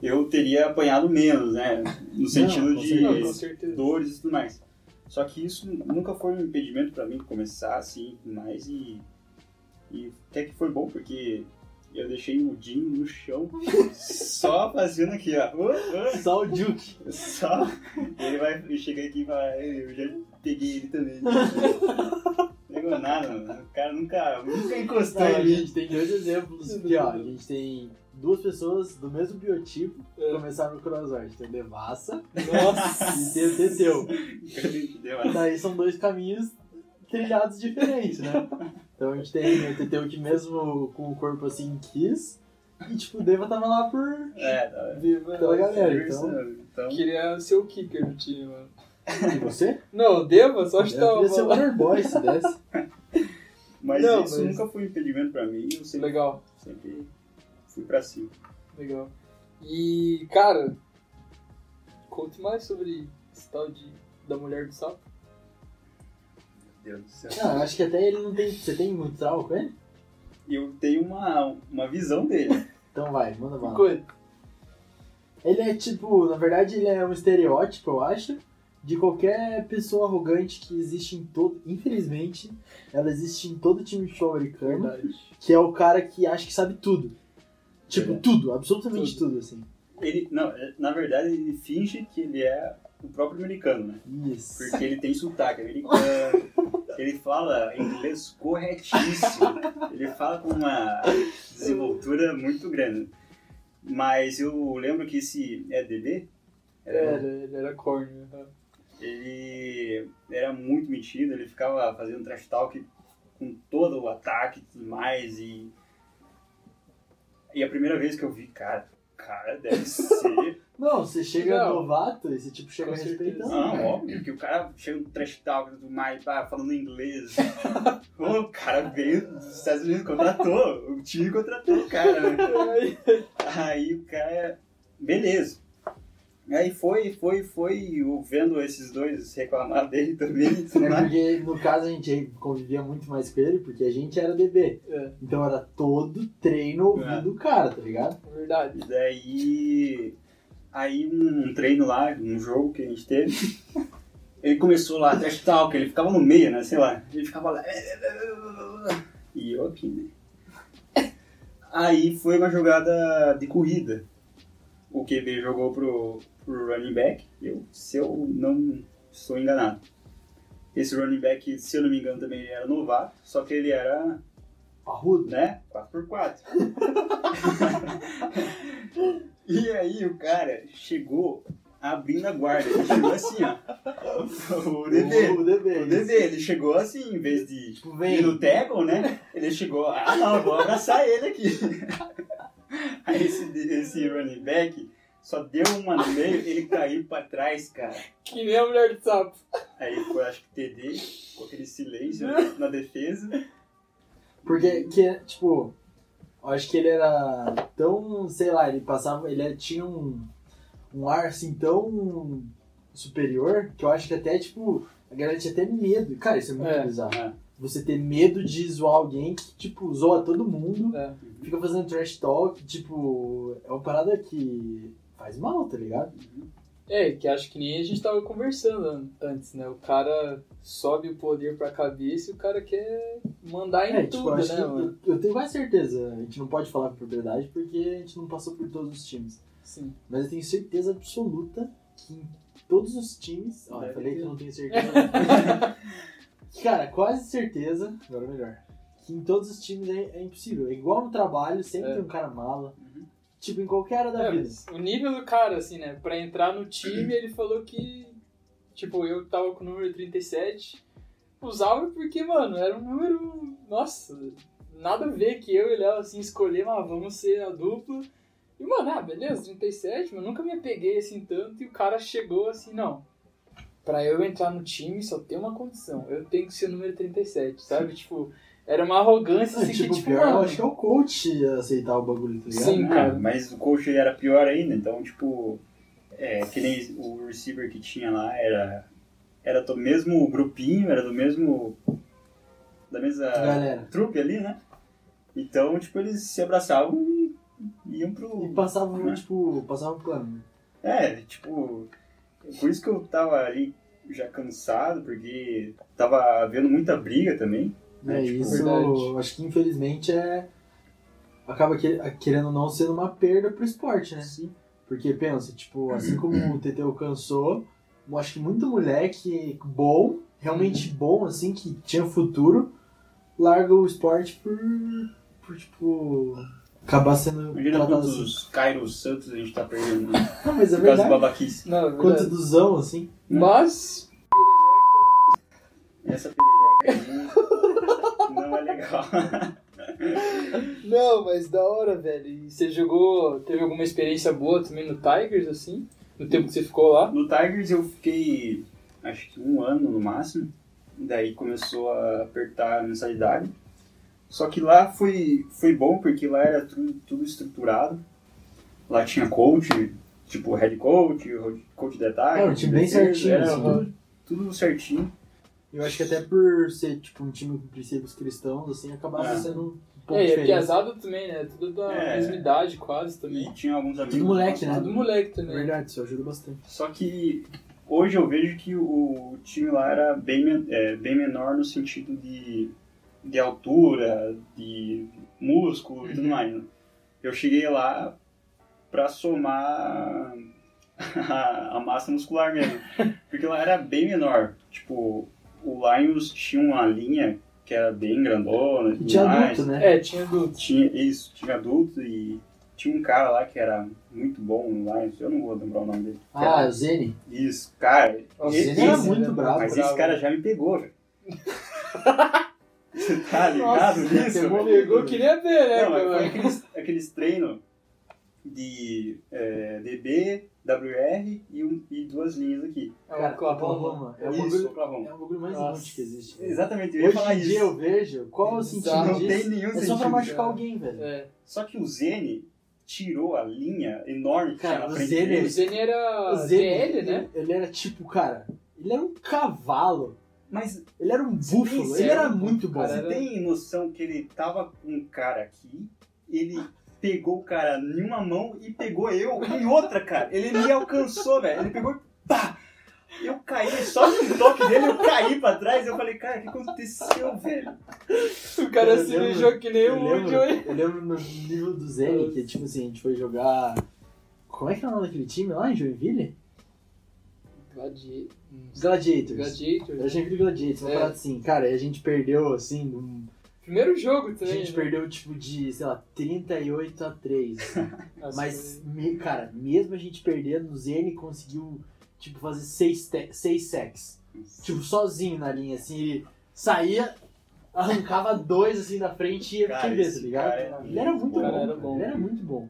[SPEAKER 3] eu teria apanhado menos, né? No sentido
[SPEAKER 1] com
[SPEAKER 3] de
[SPEAKER 2] Não, com certeza.
[SPEAKER 3] dores e tudo mais. Só que isso nunca foi um impedimento para mim começar assim e tudo mais. E, e até que foi bom, porque eu deixei o Dinho no chão, só fazendo aqui, ó. Uh,
[SPEAKER 1] Só o Duke.
[SPEAKER 3] uh, só. Ele vai eu cheguei aqui e vai. Eu já peguei ele também. Não pegou nada, mano. O cara nunca, nunca encostou
[SPEAKER 1] Então, a
[SPEAKER 3] em mim.
[SPEAKER 1] gente tem dois exemplos que, ó, a gente tem duas pessoas do mesmo biotipo que começaram no CrossFit. Tem o Devassa
[SPEAKER 2] Nossa!
[SPEAKER 1] e tem o Teteu.
[SPEAKER 3] Deu uma-
[SPEAKER 1] Daí são dois caminhos trilhados diferentes, né? Então a gente tem o Teteu que mesmo com o corpo assim quis, e tipo, o Deva tava lá por...
[SPEAKER 3] É, tá.
[SPEAKER 2] Viva!
[SPEAKER 1] Pela galera, então...
[SPEAKER 3] Então,
[SPEAKER 2] Queria ser o kicker do time, mano.
[SPEAKER 1] E você?
[SPEAKER 2] Não, Deva só
[SPEAKER 1] Eu
[SPEAKER 2] chutava a
[SPEAKER 1] queria ser o
[SPEAKER 2] bola.
[SPEAKER 1] Wonder Boy se desse.
[SPEAKER 3] mas
[SPEAKER 2] Não,
[SPEAKER 3] isso
[SPEAKER 2] mas-
[SPEAKER 3] nunca foi um impedimento pra mim. Eu sempre,
[SPEAKER 2] Legal.
[SPEAKER 3] sempre fui pra cima.
[SPEAKER 2] Legal. E, cara, conte mais sobre esse tal de, da mulher do sapo.
[SPEAKER 3] Meu Deus do céu.
[SPEAKER 1] Não, eu acho que até ele não tem... Você tem muito trauma com ele?
[SPEAKER 3] eu tenho uma, uma visão dele.
[SPEAKER 1] Então vai, manda bala.
[SPEAKER 2] Coisa.
[SPEAKER 1] Ele é tipo, na verdade, ele é um estereótipo, eu acho, de qualquer pessoa arrogante que existe em todo. Infelizmente, ela existe em todo time de futebol
[SPEAKER 2] Uhum.
[SPEAKER 1] americano, que é o cara que acha que sabe tudo.
[SPEAKER 2] É.
[SPEAKER 1] Tipo,
[SPEAKER 3] Verdade.
[SPEAKER 1] tudo, absolutamente tudo, assim.
[SPEAKER 3] Ele, não, é- na verdade, ele finge que ele é o próprio americano, né?
[SPEAKER 1] Isso.
[SPEAKER 3] Porque ele tem sotaque americano, ele fala inglês corretíssimo, ele fala com uma desenvoltura muito grande. Mas eu lembro que esse EDB,
[SPEAKER 2] Era,
[SPEAKER 3] era,
[SPEAKER 2] É, ele era corno. né?
[SPEAKER 3] ele era muito metido, ele ficava fazendo trash talk com todo o ataque e tudo mais. E, e a primeira vez que eu vi, cara, cara, deve ser
[SPEAKER 1] Não, você chega
[SPEAKER 2] Não.
[SPEAKER 1] novato, esse tipo chega
[SPEAKER 2] Com certeza.
[SPEAKER 1] respeitando.
[SPEAKER 3] Não,
[SPEAKER 1] cara.
[SPEAKER 3] óbvio que o cara chega no trash talk e tudo mais, pá, falando inglês. o cara veio dos Estados Unidos, contratou. O time contratou o cara, né? Aí o cara. Beleza. Aí foi, foi, foi, e eu vendo esses dois reclamar dele também.
[SPEAKER 1] É
[SPEAKER 3] Né?
[SPEAKER 1] porque, no caso, a gente convivia muito mais com ele, porque a gente era bebê.
[SPEAKER 2] É,
[SPEAKER 1] Então era todo treino ouvindo o cara, tá ligado?
[SPEAKER 2] é verdade.
[SPEAKER 3] E daí. Aí um treino lá, um jogo que a gente teve. Ele começou lá, trash talk, ele ficava no meio, né? Sei lá. Ele ficava lá. E eu aqui, né? Aí foi uma jogada de corrida. O QB jogou pro, pro running back. Eu, se eu não estou enganado. Esse running back, se eu não me engano, também era novato. Só que ele era
[SPEAKER 1] Parrudo.
[SPEAKER 3] né? 4x4. e aí o cara chegou abrindo a guarda. Ele chegou assim, ó. O DD.
[SPEAKER 1] O bebê.
[SPEAKER 3] O DD, ele chegou assim, em vez de
[SPEAKER 1] Tipo,
[SPEAKER 3] ir
[SPEAKER 1] vem.
[SPEAKER 3] no tackle, né? Ele chegou, ah não, eu vou abraçar ele aqui. Aí esse, esse running back só deu uma no meio, ele caiu pra trás, cara.
[SPEAKER 2] Que nem a mulher do sapo.
[SPEAKER 3] Aí foi, acho que TD, com aquele silêncio na defesa.
[SPEAKER 1] Porque, que, tipo, eu acho que ele era tão, sei lá, ele passava, ele era- tinha um, um ar assim tão superior que eu acho que até, tipo, a galera tinha até medo. Cara, isso é muito
[SPEAKER 2] É.
[SPEAKER 1] bizarro.
[SPEAKER 3] É.
[SPEAKER 1] Você ter medo de zoar alguém que, tipo, zoa todo mundo,
[SPEAKER 2] É.
[SPEAKER 1] fica fazendo trash talk, tipo, é uma parada que faz mal, tá ligado?
[SPEAKER 2] É, que acho que nem a gente tava conversando an- antes, né? O cara sobe o poder pra cabeça e o cara quer mandar em
[SPEAKER 1] É, tipo, eu
[SPEAKER 2] tudo,
[SPEAKER 1] acho
[SPEAKER 2] né,
[SPEAKER 1] que-
[SPEAKER 2] mano?
[SPEAKER 1] eu, eu tenho quase certeza, a gente não pode falar com propriedade porque a gente não passou por todos os times.
[SPEAKER 2] Sim.
[SPEAKER 1] Mas eu tenho certeza absoluta que em todos os times. Ó, eu
[SPEAKER 3] Deve
[SPEAKER 1] falei que
[SPEAKER 3] ter.
[SPEAKER 1] eu não tenho certeza. Cara, quase certeza. Agora é melhor. Que em todos os times é, é impossível. É igual no trabalho, sempre
[SPEAKER 2] É.
[SPEAKER 1] tem um cara mala.
[SPEAKER 3] Uhum.
[SPEAKER 1] Tipo, em qualquer área da
[SPEAKER 2] É,
[SPEAKER 1] vida.
[SPEAKER 2] mas o nível do cara, assim, né? Pra entrar no time, ele falou que, tipo, eu tava com o número 37, usava porque, mano, era um número, nossa, nada a ver que eu e o Léo, assim, escolher, mas vamos ser a dupla. E, mano, ah, beleza, 37, mas nunca me apeguei, assim, tanto, e o cara chegou, assim, não, pra eu entrar no time só tem uma condição, eu tenho que ser o número 37, sabe? Tipo, era uma arrogância, assim,
[SPEAKER 1] tipo,
[SPEAKER 2] que, tipo,
[SPEAKER 1] pior, eu
[SPEAKER 2] mano,
[SPEAKER 1] acho que é o coach aceitar o bagulho, tá ligado?
[SPEAKER 2] Sim, cara.
[SPEAKER 3] Ah, mas o coach ele era pior ainda, então, tipo, é, que nem o receiver que tinha lá era, era do mesmo grupinho, era do mesmo. da mesma
[SPEAKER 1] Galera.
[SPEAKER 3] trupe ali, né? Então, tipo, eles se abraçavam e iam pro.
[SPEAKER 1] E passava,
[SPEAKER 3] Né?
[SPEAKER 1] tipo, passava um plano.
[SPEAKER 3] É, tipo, por isso que eu tava ali já cansado, porque tava havendo muita briga também.
[SPEAKER 1] Né?
[SPEAKER 3] É, tipo,
[SPEAKER 1] isso,
[SPEAKER 2] verdade.
[SPEAKER 1] acho que infelizmente é. Acaba que- querendo ou não sendo uma perda pro esporte, né?
[SPEAKER 3] Sim.
[SPEAKER 1] Porque pensa, tipo, assim como o TT alcançou, eu acho que muito moleque bom, realmente
[SPEAKER 3] Uhum.
[SPEAKER 1] bom, assim, que tinha futuro, larga o esporte por, por tipo, acabar sendo
[SPEAKER 3] Imagina
[SPEAKER 1] tratado assim.
[SPEAKER 3] quantos Cairo Santos a gente tá perdendo né?
[SPEAKER 1] Não, mas é
[SPEAKER 3] por causa do né?
[SPEAKER 1] verdade.
[SPEAKER 3] babaquice.
[SPEAKER 2] Não, é
[SPEAKER 1] Quanto
[SPEAKER 2] verdade.
[SPEAKER 1] duzão, assim.
[SPEAKER 2] Mas,
[SPEAKER 3] Essa perereca aí não é legal.
[SPEAKER 2] Não, mas da hora, velho. E você jogou, teve alguma experiência boa também no Tigers, assim? No tempo que você ficou lá?
[SPEAKER 3] No Tigers eu fiquei acho que um ano no máximo. Daí começou a apertar a mensalidade. Só que lá foi, foi bom porque lá era tudo, tudo estruturado. Lá tinha coach, tipo head coach, coach de ataque.
[SPEAKER 1] Era um time bem
[SPEAKER 3] defesa,
[SPEAKER 1] certinho,
[SPEAKER 3] era
[SPEAKER 1] assim,
[SPEAKER 3] tudo, tudo certinho.
[SPEAKER 1] Eu acho que até por ser, tipo, um time com princípios cristãos, assim, acabava
[SPEAKER 3] É.
[SPEAKER 1] sendo um pouco
[SPEAKER 2] É, e é
[SPEAKER 1] diferente.
[SPEAKER 2] piazada também, né? Tudo da
[SPEAKER 3] É.
[SPEAKER 2] mesma idade, quase também.
[SPEAKER 3] E tinha alguns amigos.
[SPEAKER 1] moleque, né?
[SPEAKER 2] Tudo moleque
[SPEAKER 1] É
[SPEAKER 2] também.
[SPEAKER 1] verdade, isso ajuda bastante.
[SPEAKER 3] Só que hoje eu vejo que o time lá era bem, men- é, bem menor no sentido de, de altura, de músculo
[SPEAKER 1] Uhum.
[SPEAKER 3] e tudo mais. né? Eu cheguei lá pra somar a, a massa muscular mesmo. Porque lá era bem menor. Tipo, o Lions tinha uma linha que era bem grandona e
[SPEAKER 1] E
[SPEAKER 3] tudo
[SPEAKER 1] tinha
[SPEAKER 3] mais.
[SPEAKER 1] adulto, né?
[SPEAKER 2] É, tinha do.
[SPEAKER 3] Tinha isso, tinha adulto e tinha um cara lá que era muito bom no Lions. Eu não vou lembrar o nome dele.
[SPEAKER 1] Ah, o Zene.
[SPEAKER 3] Isso, cara.
[SPEAKER 2] Nossa,
[SPEAKER 3] esse-
[SPEAKER 1] Ele era
[SPEAKER 2] esse,
[SPEAKER 1] muito
[SPEAKER 2] né?
[SPEAKER 1] é bravo.
[SPEAKER 3] mas esse cara já me pegou, velho. Você tá
[SPEAKER 2] Nossa,
[SPEAKER 3] ligado nisso?
[SPEAKER 1] pegou-
[SPEAKER 3] velho?
[SPEAKER 2] Pegou, queria ver, né,
[SPEAKER 3] Não, mas foi
[SPEAKER 2] mano?
[SPEAKER 3] aqueles, aqueles treinos de é, DB, WR e, um- e duas linhas aqui.
[SPEAKER 2] É um
[SPEAKER 1] Cara,
[SPEAKER 2] Oklahoma.
[SPEAKER 1] Oklahoma. É um
[SPEAKER 3] isso,
[SPEAKER 1] bagulho,
[SPEAKER 3] Oklahoma.
[SPEAKER 1] é um bagulho mais
[SPEAKER 2] Nossa.
[SPEAKER 1] inútil que existe. né? cara.
[SPEAKER 3] Exatamente, eu ia falar
[SPEAKER 1] Hoje em
[SPEAKER 3] isso.
[SPEAKER 1] dia eu vejo qual é o sentido
[SPEAKER 2] Exato.
[SPEAKER 3] Não
[SPEAKER 1] disso.
[SPEAKER 3] tem nenhum
[SPEAKER 1] é
[SPEAKER 3] sentido. né?
[SPEAKER 1] só pra machucar
[SPEAKER 2] cara.
[SPEAKER 1] alguém, velho.
[SPEAKER 2] É.
[SPEAKER 3] Só que o Zene tirou a linha enorme que
[SPEAKER 1] Cara,
[SPEAKER 3] tinha na
[SPEAKER 1] o
[SPEAKER 3] frente
[SPEAKER 1] Zene- é-
[SPEAKER 2] O
[SPEAKER 3] dele.
[SPEAKER 2] Zene era
[SPEAKER 1] O Zene,
[SPEAKER 2] DL, né?
[SPEAKER 1] Ah, Ele, ele era tipo, cara, ele era um cavalo.
[SPEAKER 3] Mas
[SPEAKER 1] Ele era um búfalo.
[SPEAKER 3] Sim,
[SPEAKER 1] Ele era
[SPEAKER 2] sério,
[SPEAKER 1] muito bom.
[SPEAKER 2] cara.
[SPEAKER 3] Você tem noção que ele tava com um cara aqui, ele pegou o cara em uma mão e pegou eu em outra, cara. Ele me alcançou, velho. Ele pegou e pá! Eu caí, só no toque dele eu caí pra trás. Eu falei, cara, o que aconteceu, velho?
[SPEAKER 2] O cara
[SPEAKER 1] Eu
[SPEAKER 2] se
[SPEAKER 1] lembro-
[SPEAKER 2] beijou que nem
[SPEAKER 1] Eu
[SPEAKER 2] um o
[SPEAKER 1] lembro,
[SPEAKER 2] Woody. olha.
[SPEAKER 1] eu lembro no nível do Zene, que tipo assim, a gente foi jogar... Como é que é o nome daquele time lá em Joinville?
[SPEAKER 2] Gladi-
[SPEAKER 1] Gladiators. Era
[SPEAKER 2] Gladiator.
[SPEAKER 1] Joinville Gladiators, uma
[SPEAKER 2] É.
[SPEAKER 1] parada assim. Cara, e a gente perdeu, assim, num-
[SPEAKER 2] Primeiro jogo
[SPEAKER 1] a
[SPEAKER 2] também.
[SPEAKER 1] gente
[SPEAKER 2] né?
[SPEAKER 1] perdeu tipo de, sei lá, 38 a 3.
[SPEAKER 2] Nossa,
[SPEAKER 1] Mas, me- cara, mesmo a gente perdendo, o Zene conseguiu, tipo, fazer seis, te- seis sacks. Tipo, sozinho na linha, assim, ele saía, arrancava dois, assim, da frente e ia
[SPEAKER 3] Cara,
[SPEAKER 1] defender, tá
[SPEAKER 3] esse
[SPEAKER 1] ligado?
[SPEAKER 3] cara era
[SPEAKER 1] ele era
[SPEAKER 3] muito
[SPEAKER 1] muito
[SPEAKER 3] bom,
[SPEAKER 1] bom,
[SPEAKER 2] cara, era
[SPEAKER 1] cara,
[SPEAKER 2] bom.
[SPEAKER 1] ele era muito bom.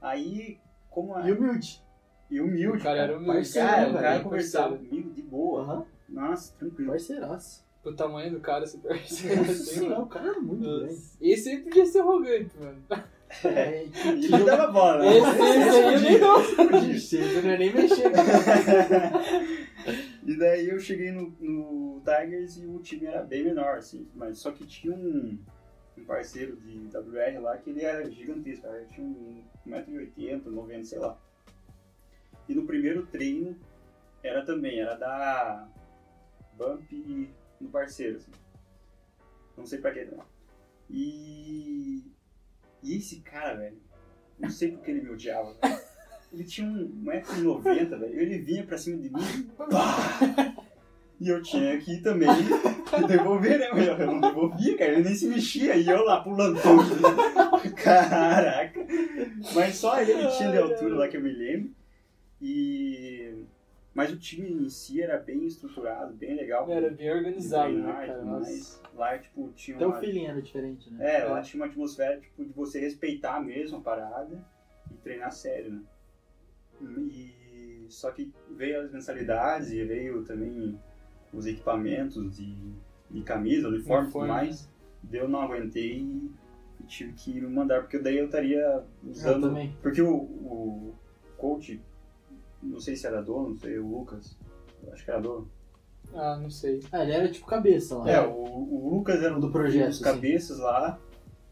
[SPEAKER 3] Aí, como
[SPEAKER 1] E
[SPEAKER 3] é?
[SPEAKER 1] humilde.
[SPEAKER 3] E humilde,
[SPEAKER 2] O cara era um humilde.
[SPEAKER 3] Cara, o
[SPEAKER 1] Parceiro,
[SPEAKER 3] cara
[SPEAKER 1] velho,
[SPEAKER 2] né?
[SPEAKER 3] conversava
[SPEAKER 2] parceiro.
[SPEAKER 3] comigo de boa.
[SPEAKER 1] Aham.
[SPEAKER 3] Nossa, tranquilo.
[SPEAKER 1] Parceiraço.
[SPEAKER 2] O tamanho do cara, se percebe
[SPEAKER 1] Nossa
[SPEAKER 2] assim,
[SPEAKER 1] senhora,
[SPEAKER 2] mano.
[SPEAKER 1] o cara era muito grande.
[SPEAKER 2] Nossa. Esse aí podia ser arrogante, mano.
[SPEAKER 1] É, que-
[SPEAKER 3] E ele dava bola, né?
[SPEAKER 2] Esse, esse aí eu nem dou.
[SPEAKER 1] que cheiro, eu não ia nem mexer. né?
[SPEAKER 3] E daí eu cheguei no, no Tigers e o time era bem menor, assim, mas só que tinha um, um parceiro de WR lá que ele era gigantesco, cara, ele tinha um 1,80m, 90 sei lá. E no primeiro treino era também, era da Bump no parceiro, assim. Não sei pra que não. E. E esse cara, velho, não sei porque ele me odiava, velho. Ele tinha um 1,90m, velho. Ele vinha pra cima de mim Pá! E eu tinha que também devolver, né? Eu eu não devolvia, cara. Ele nem se mexia. E eu lá pulando todo. né? Caraca. Mas só ele tinha de altura lá que eu me lembro. E... Mas o time em si era bem estruturado, bem legal.
[SPEAKER 2] Era bem organizado, né,
[SPEAKER 3] Treinar e
[SPEAKER 2] cara?
[SPEAKER 3] tudo
[SPEAKER 2] Nossa. Então
[SPEAKER 3] mais. Lá, tipo, tinha
[SPEAKER 1] Até o
[SPEAKER 3] uma...
[SPEAKER 1] feeling era diferente, né?
[SPEAKER 3] É, lá tinha uma atmosfera, tipo, de você respeitar mesmo a parada e treinar sério, né? E... Só que veio as mensalidades e veio também os equipamentos de, de camisa, uniforme e tudo
[SPEAKER 2] Uniforme,
[SPEAKER 3] mais. Daí eu não aguentei e tive que me mandar, porque daí eu estaria
[SPEAKER 1] Eu
[SPEAKER 3] usando...
[SPEAKER 1] também.
[SPEAKER 3] Porque o, o coach, não sei se era dono, não sei, o Lucas, eu acho que era dono.
[SPEAKER 2] Ah, não sei.
[SPEAKER 1] Ah, ele era tipo cabeça lá.
[SPEAKER 3] É, o, o Lucas era um
[SPEAKER 1] Do
[SPEAKER 3] do
[SPEAKER 1] projeto,
[SPEAKER 3] projeto, dos
[SPEAKER 1] sim.
[SPEAKER 3] cabeças lá,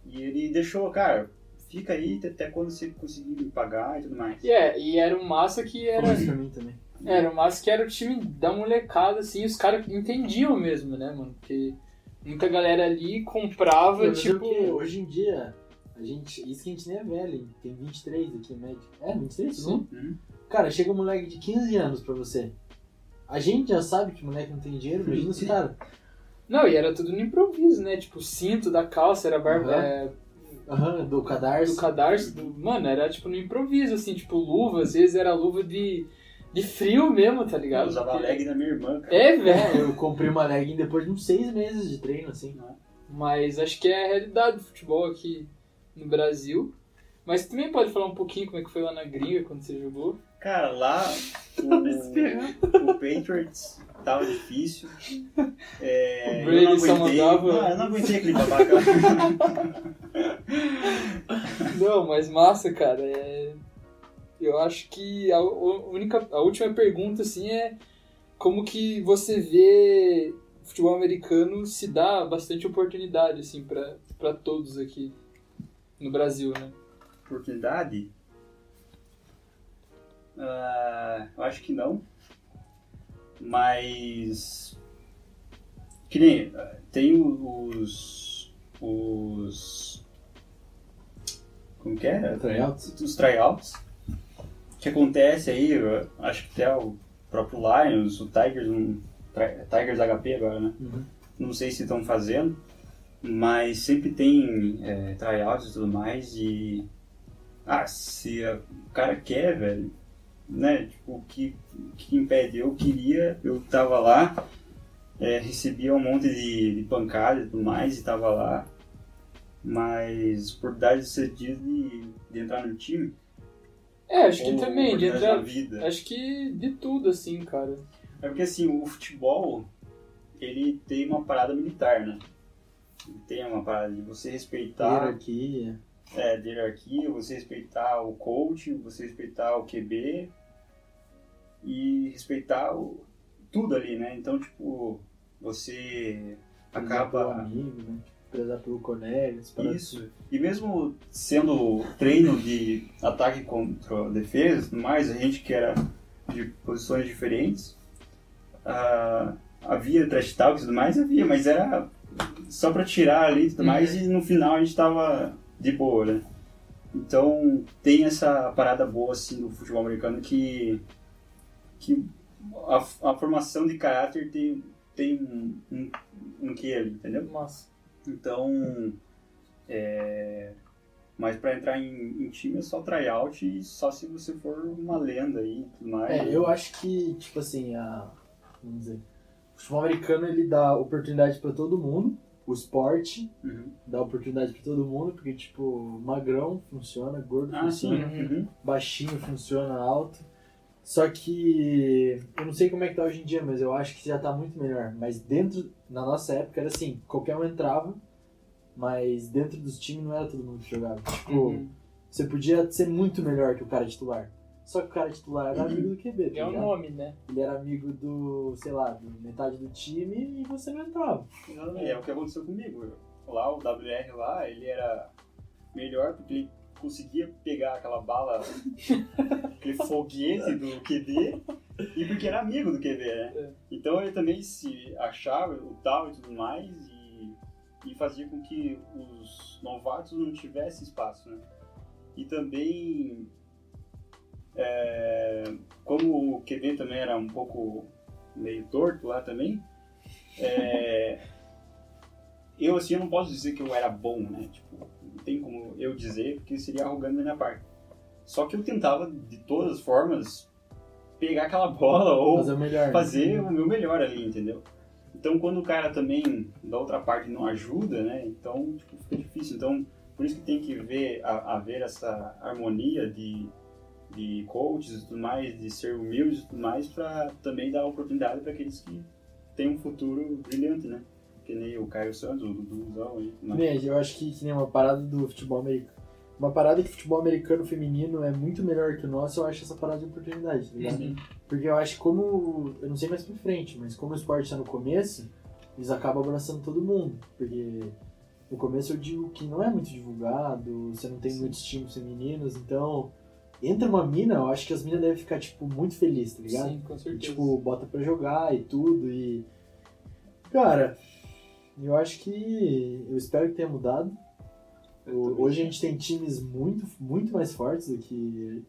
[SPEAKER 3] e ele deixou, cara, fica aí até quando você conseguir me pagar e tudo mais.
[SPEAKER 2] E, é, e era um massa que era.
[SPEAKER 1] Como isso pra mim também.
[SPEAKER 2] Era um massa que era o time da molecada, assim, os caras entendiam mesmo, né, mano? Porque muita galera ali comprava,
[SPEAKER 1] Mas é o
[SPEAKER 2] tipo.
[SPEAKER 1] que hoje em dia, a gente. Isso que a gente nem é velho, hein? tem 23 aqui, médio. É, 23? todo
[SPEAKER 2] Sim.
[SPEAKER 1] mundo?
[SPEAKER 3] Hum?
[SPEAKER 1] Cara, chega um moleque de 15 anos pra você. A gente já sabe que o moleque não tem dinheiro, imagina os caras.
[SPEAKER 2] Não, e era tudo no improviso, né? Tipo, o cinto da calça era barba.
[SPEAKER 1] Aham.
[SPEAKER 2] é,
[SPEAKER 1] Aham, do cadarço.
[SPEAKER 2] do cadarço. do- Mano, era tipo no improviso, assim, tipo, luva, às vezes era luva de, de frio mesmo, tá
[SPEAKER 3] Eu
[SPEAKER 2] ligado?
[SPEAKER 3] usava a leg da minha irmã, cara.
[SPEAKER 2] É, velho.
[SPEAKER 1] É, eu comprei uma legging depois de uns seis meses de treino, assim.
[SPEAKER 2] Mas acho que é a realidade do futebol aqui no Brasil. Mas também pode falar um pouquinho como é que foi lá na gringa quando você jogou.
[SPEAKER 3] Cara, lá
[SPEAKER 2] é
[SPEAKER 3] o, o Patriots tava difícil. É,
[SPEAKER 2] O Brady
[SPEAKER 3] eu não
[SPEAKER 2] só
[SPEAKER 3] aguentei.
[SPEAKER 2] mandava-
[SPEAKER 3] Ah, eu não aguentei aquele babaca.
[SPEAKER 2] Não, mas massa, cara. é- Eu acho que a u- única, a última pergunta assim é como que você vê o futebol americano se dá bastante oportunidade assim para para todos aqui no Brasil, né?
[SPEAKER 3] Oportunidade? Ah, eu acho que não. Mas. Que nem. ah, Tem o- os. Os. Como que é?
[SPEAKER 1] Tryouts?
[SPEAKER 3] Os tryouts. Que acontece aí, eu acho que até o próprio Lions, o Tigers, um, tri- Tigers HP agora, né?
[SPEAKER 1] Uhum.
[SPEAKER 3] Não sei se estão fazendo, mas sempre tem é, tryouts e tudo mais. E. Ah, se a- o cara quer, velho, né? Tipo, o que, o que impede? Eu queria, eu tava lá, é, recebia um monte de, de pancada e tudo mais, e tava lá. Mas oportunidade de ser dia de, de entrar no time.
[SPEAKER 2] É, acho que
[SPEAKER 3] ou né?
[SPEAKER 2] também de
[SPEAKER 3] oportunidade
[SPEAKER 2] entrar,
[SPEAKER 3] na vida.
[SPEAKER 2] acho que de tudo assim, cara.
[SPEAKER 3] É porque assim, o futebol, ele tem uma parada militar, né? Ele tem uma parada de você
[SPEAKER 1] Tá.
[SPEAKER 3] respeitar
[SPEAKER 1] Hierarquia.
[SPEAKER 3] é, de hierarquia, você respeitar o coach, você respeitar o QB e respeitar o- tudo ali, né? Então, tipo, você
[SPEAKER 1] prezar pelo
[SPEAKER 3] acaba.
[SPEAKER 1] amigo, né? Prezar pelo colega. esse parado
[SPEAKER 3] Isso. E mesmo sendo treino de ataque contra defesa, e tudo mais a gente que era de posições diferentes, ah, havia trash talk e tudo mais, havia, mas era só pra tirar ali e tudo
[SPEAKER 2] Uhum.
[SPEAKER 3] mais, e no final a gente tava de boa, né? Então tem essa parada boa assim do futebol americano que, que a, a formação de caráter tem, tem um, um, um quê ali, entendeu?
[SPEAKER 2] é Massa.
[SPEAKER 3] Então, é, mas para entrar em, em time é só tryout e só se você for uma lenda aí, e tudo mais.
[SPEAKER 1] É, eu acho que, tipo assim, a, vamos dizer, o futebol americano ele dá oportunidade pra todo mundo, o esporte
[SPEAKER 3] Uhum.
[SPEAKER 1] dá oportunidade pra todo mundo, porque, tipo, magrão funciona, gordo
[SPEAKER 3] Ah, sim.
[SPEAKER 1] funciona,
[SPEAKER 2] Uhum.
[SPEAKER 3] Uhum.
[SPEAKER 1] baixinho funciona, alto. Só que eu não sei como é que tá hoje em dia, mas eu acho que já tá muito melhor. Mas dentro, na nossa época era assim, qualquer um entrava, mas dentro dos times não era todo mundo que jogava. Tipo,
[SPEAKER 2] Uhum.
[SPEAKER 1] você podia ser muito melhor que o cara titular. Só que o cara titular era amigo do QB,
[SPEAKER 2] É
[SPEAKER 1] tá
[SPEAKER 2] o
[SPEAKER 1] ligado?
[SPEAKER 2] nome, né?
[SPEAKER 1] Ele era amigo do, sei lá, do metade do time e você não entrava.
[SPEAKER 3] É, é o que aconteceu comigo. Lá, o WR lá, ele era melhor porque ele conseguia pegar aquela bala, aquele foguete do QB, e porque era amigo do QB, né?
[SPEAKER 2] É.
[SPEAKER 3] Então ele também se achava o tal e tudo mais, e, e fazia com que os novatos não tivessem espaço, né? E também, é, como o QB também era um pouco meio torto lá também, é, eu assim eu não posso dizer que eu era bom, né? Tipo, não tem como eu dizer, porque seria arrogante da minha parte. Só que eu tentava, de todas as formas, pegar aquela bola ou
[SPEAKER 1] Fazer o melhor. né?
[SPEAKER 3] fazer o meu melhor ali, entendeu? Então, quando o cara também da outra parte não ajuda, né? Então, tipo, fica difícil. Então, por isso que tem que ver, a- haver essa harmonia de, de coaches e tudo mais, de ser humildes e tudo mais, para também dar oportunidade para aqueles que têm um futuro brilhante, né? Que nem o Caio Santos, o Duduzão aí.
[SPEAKER 1] Que nem, Né, eu acho que, que nem uma parada do futebol americano. Uma parada que o futebol americano feminino é muito melhor que o nosso, eu acho essa parada de oportunidade, tá ligado?
[SPEAKER 2] Uhum.
[SPEAKER 1] Porque eu acho que como. Eu não sei mais pra frente, mas como o esporte tá no começo, eles acabam abraçando todo mundo. Porque no começo eu digo que não é muito divulgado, você não tem muitos times femininos, então. Entra uma mina, eu acho que as minas devem ficar, tipo, muito felizes, tá ligado?
[SPEAKER 2] Sim, com
[SPEAKER 1] E,
[SPEAKER 2] certeza.
[SPEAKER 1] tipo, bota pra jogar e tudo. E. Cara, eu acho que. Eu espero que tenha mudado. O-
[SPEAKER 3] também
[SPEAKER 1] hoje a gente tem times muito, muito mais fortes do que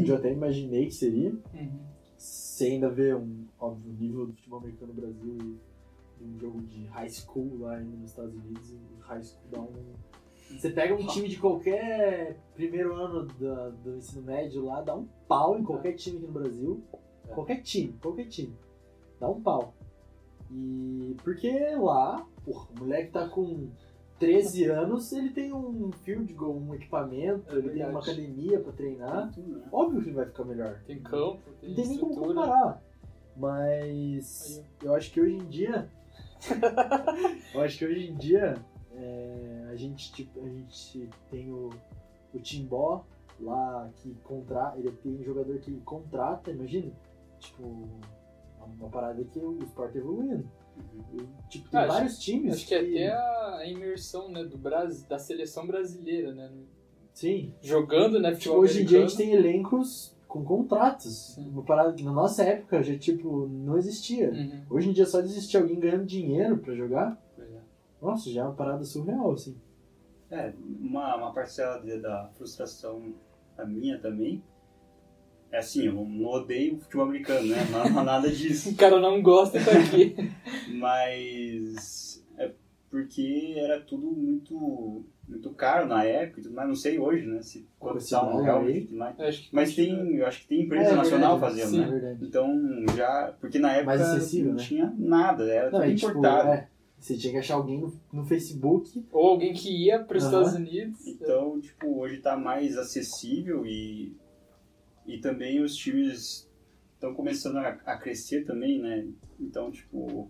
[SPEAKER 1] onde eu até imaginei que seria.
[SPEAKER 2] Uhum.
[SPEAKER 1] Sem ainda ver um óbvio nível do futebol americano no Brasil e de um jogo de high school lá ainda nos Estados Unidos, e high school dá um. Você pega um time de qualquer primeiro ano da- do ensino médio lá, dá um pau em qualquer time aqui no Brasil.
[SPEAKER 2] É.
[SPEAKER 1] Qualquer time, qualquer time. Dá um pau. E porque lá, porra, o moleque tá com 13 anos, ele tem um field goal, um equipamento,
[SPEAKER 2] É
[SPEAKER 1] ele tem uma
[SPEAKER 2] verdade.
[SPEAKER 1] academia pra treinar.
[SPEAKER 3] né?
[SPEAKER 1] Óbvio que ele vai ficar melhor.
[SPEAKER 2] Tem campo, tem
[SPEAKER 1] Não tem nem como
[SPEAKER 2] estrutura.
[SPEAKER 1] comparar. Mas eu acho que hoje em dia. eu acho que hoje em dia é, a, gente, tipo, a gente tem o, o Timbó lá que contrata. Ele tem jogador que contrata, imagina. Tipo, uma, uma parada que o esporte tá evoluindo. E, tipo, tem
[SPEAKER 2] Ah, acho-
[SPEAKER 1] vários times.
[SPEAKER 2] Acho que até a a imersão né, do Brasil, da seleção brasileira, né?
[SPEAKER 1] Sim.
[SPEAKER 2] Jogando, né?
[SPEAKER 1] Tipo,
[SPEAKER 2] Futebol
[SPEAKER 1] hoje em dia a
[SPEAKER 2] americano.
[SPEAKER 1] gente tem elencos com contratos.
[SPEAKER 2] Sim.
[SPEAKER 1] Uma parada que na nossa época já, tipo, não existia.
[SPEAKER 2] Uhum.
[SPEAKER 1] Hoje em dia é só de existir alguém ganhando dinheiro pra jogar,
[SPEAKER 2] Pois é.
[SPEAKER 1] nossa, já é uma parada surreal, assim.
[SPEAKER 3] É, uma, uma parcela de- da frustração da minha também. É assim, eu não odeio o futebol americano, né? Não, não nada disso.
[SPEAKER 2] O cara não gosta e tá aqui.
[SPEAKER 3] Mas é porque era tudo muito, muito caro na época, e tudo mais não sei hoje, né? Se quanto
[SPEAKER 1] Esse
[SPEAKER 3] tá um
[SPEAKER 1] valor
[SPEAKER 3] real
[SPEAKER 1] aí.
[SPEAKER 3] e tudo mais.
[SPEAKER 2] Eu acho que-
[SPEAKER 3] Mas tem, eu acho que tem empresa
[SPEAKER 1] É,
[SPEAKER 3] nacional
[SPEAKER 1] verdade,
[SPEAKER 3] fazendo,
[SPEAKER 1] sim,
[SPEAKER 3] né?
[SPEAKER 1] é verdade.
[SPEAKER 3] Então já. Porque na época
[SPEAKER 1] Mais acessível,
[SPEAKER 3] não
[SPEAKER 1] né?
[SPEAKER 3] tinha nada, era
[SPEAKER 1] Não,
[SPEAKER 3] tudo
[SPEAKER 1] e, tipo,
[SPEAKER 3] importado.
[SPEAKER 1] é, você tinha que achar alguém no, no Facebook.
[SPEAKER 2] Ou alguém que ia para os
[SPEAKER 1] Aham.
[SPEAKER 2] Estados Unidos.
[SPEAKER 3] Então, tipo, hoje tá mais acessível e, e também os times estão começando a, a crescer também, né? Então, tipo,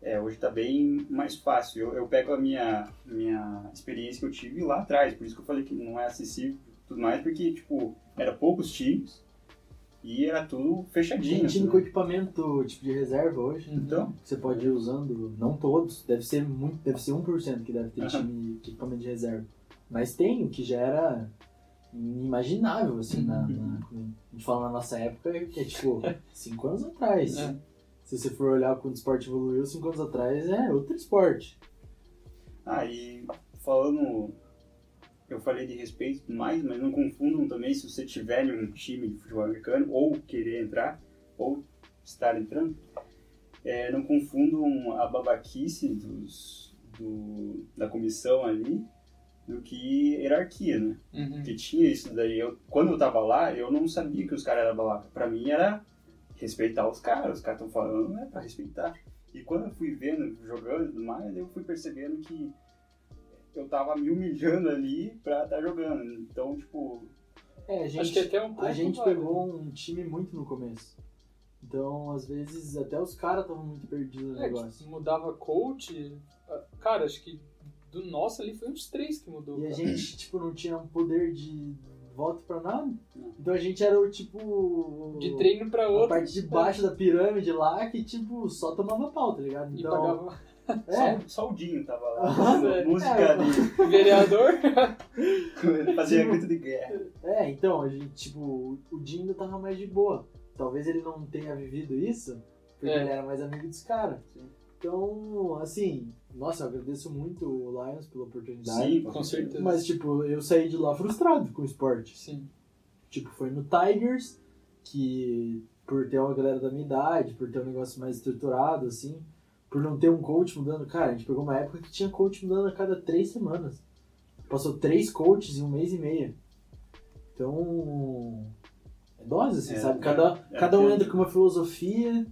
[SPEAKER 3] é, hoje tá bem mais fácil. Eu, eu pego a minha, minha experiência que eu tive lá atrás, por isso que eu falei que não é acessível e tudo mais, porque, tipo, era poucos times e era tudo fechadinho.
[SPEAKER 1] Tem time
[SPEAKER 3] né?
[SPEAKER 1] com equipamento tipo de reserva hoje.
[SPEAKER 3] Então,
[SPEAKER 1] Que você pode ir usando, não todos, deve ser muito, deve ser 1% que deve ter
[SPEAKER 3] Aham.
[SPEAKER 1] time de equipamento de reserva. Mas tem, o que já era inimaginável, assim, na,
[SPEAKER 3] Uhum.
[SPEAKER 1] na- quando a gente fala na nossa época, que é tipo, 5 anos atrás.
[SPEAKER 2] É.
[SPEAKER 1] Se você for olhar quando o esporte evoluiu, 5 anos atrás é outro esporte.
[SPEAKER 3] Ah, e falando, eu falei de respeito e tudo mais, mas não confundam também se você tiver em um time de futebol americano ou querer entrar ou estar entrando, eh, não confundam a babaquice dos, do, da comissão ali do que hierarquia, né?
[SPEAKER 2] Uhum.
[SPEAKER 3] Porque tinha isso daí. Eu, quando eu tava lá, eu não sabia que os caras eram babaca. Pra mim era respeitar os caras. Os caras estão falando, é pra respeitar. E quando eu fui vendo, jogando e tudo mais, eu fui percebendo que eu tava me humilhando ali pra estar jogando. Então, tá tipo,
[SPEAKER 1] É, a
[SPEAKER 2] Acho que
[SPEAKER 1] gente,
[SPEAKER 2] até um pouco.
[SPEAKER 1] a gente
[SPEAKER 2] vale.
[SPEAKER 1] pegou um time muito no começo. Então, às vezes, até os caras estavam muito perdidos no
[SPEAKER 2] É,
[SPEAKER 1] negócio.
[SPEAKER 2] tipo, mudava coach. ah, Cara, acho que do nosso ali foi uns três que mudou.
[SPEAKER 1] E a
[SPEAKER 2] cara.
[SPEAKER 1] gente, tipo, não tinha um poder de voto pra nada.
[SPEAKER 3] Não.
[SPEAKER 1] Então a gente era o tipo.
[SPEAKER 2] De treino pra
[SPEAKER 1] a
[SPEAKER 2] outro. né? tipo,
[SPEAKER 1] parte de baixo da pirâmide lá que, tipo, só tomava pau, tá ligado?
[SPEAKER 2] E
[SPEAKER 1] Então.
[SPEAKER 2] pagava
[SPEAKER 1] é,
[SPEAKER 3] Só, só o Dinho tava
[SPEAKER 1] Ah,
[SPEAKER 3] lá.
[SPEAKER 2] sério?
[SPEAKER 1] É,
[SPEAKER 3] música ali.
[SPEAKER 2] vereador.
[SPEAKER 3] Ele fazia
[SPEAKER 1] Tipo-
[SPEAKER 3] grito de guerra.
[SPEAKER 1] é, então, a gente, tipo, o Dinho ainda tava mais de boa. Talvez ele não tenha vivido isso, porque
[SPEAKER 2] É.
[SPEAKER 1] ele era mais amigo dos caras.
[SPEAKER 3] Sim.
[SPEAKER 1] Então, assim, nossa, eu agradeço muito o Lions pela oportunidade.
[SPEAKER 3] Sim,
[SPEAKER 2] com certeza.
[SPEAKER 1] Mas, tipo, eu saí de lá frustrado com o esporte.
[SPEAKER 2] Sim.
[SPEAKER 1] Tipo, foi no Tigers, que por ter uma galera da minha idade, por ter um negócio mais estruturado, assim, por não ter um coach mudando. Cara, a gente pegou uma época que tinha coach mudando a cada três semanas. Passou três coaches em um mês e meio. Então. É dose, assim,
[SPEAKER 3] É,
[SPEAKER 1] sabe?
[SPEAKER 3] é,
[SPEAKER 1] Cada,
[SPEAKER 3] é,
[SPEAKER 1] cada um
[SPEAKER 3] tem-
[SPEAKER 1] entra com uma filosofia.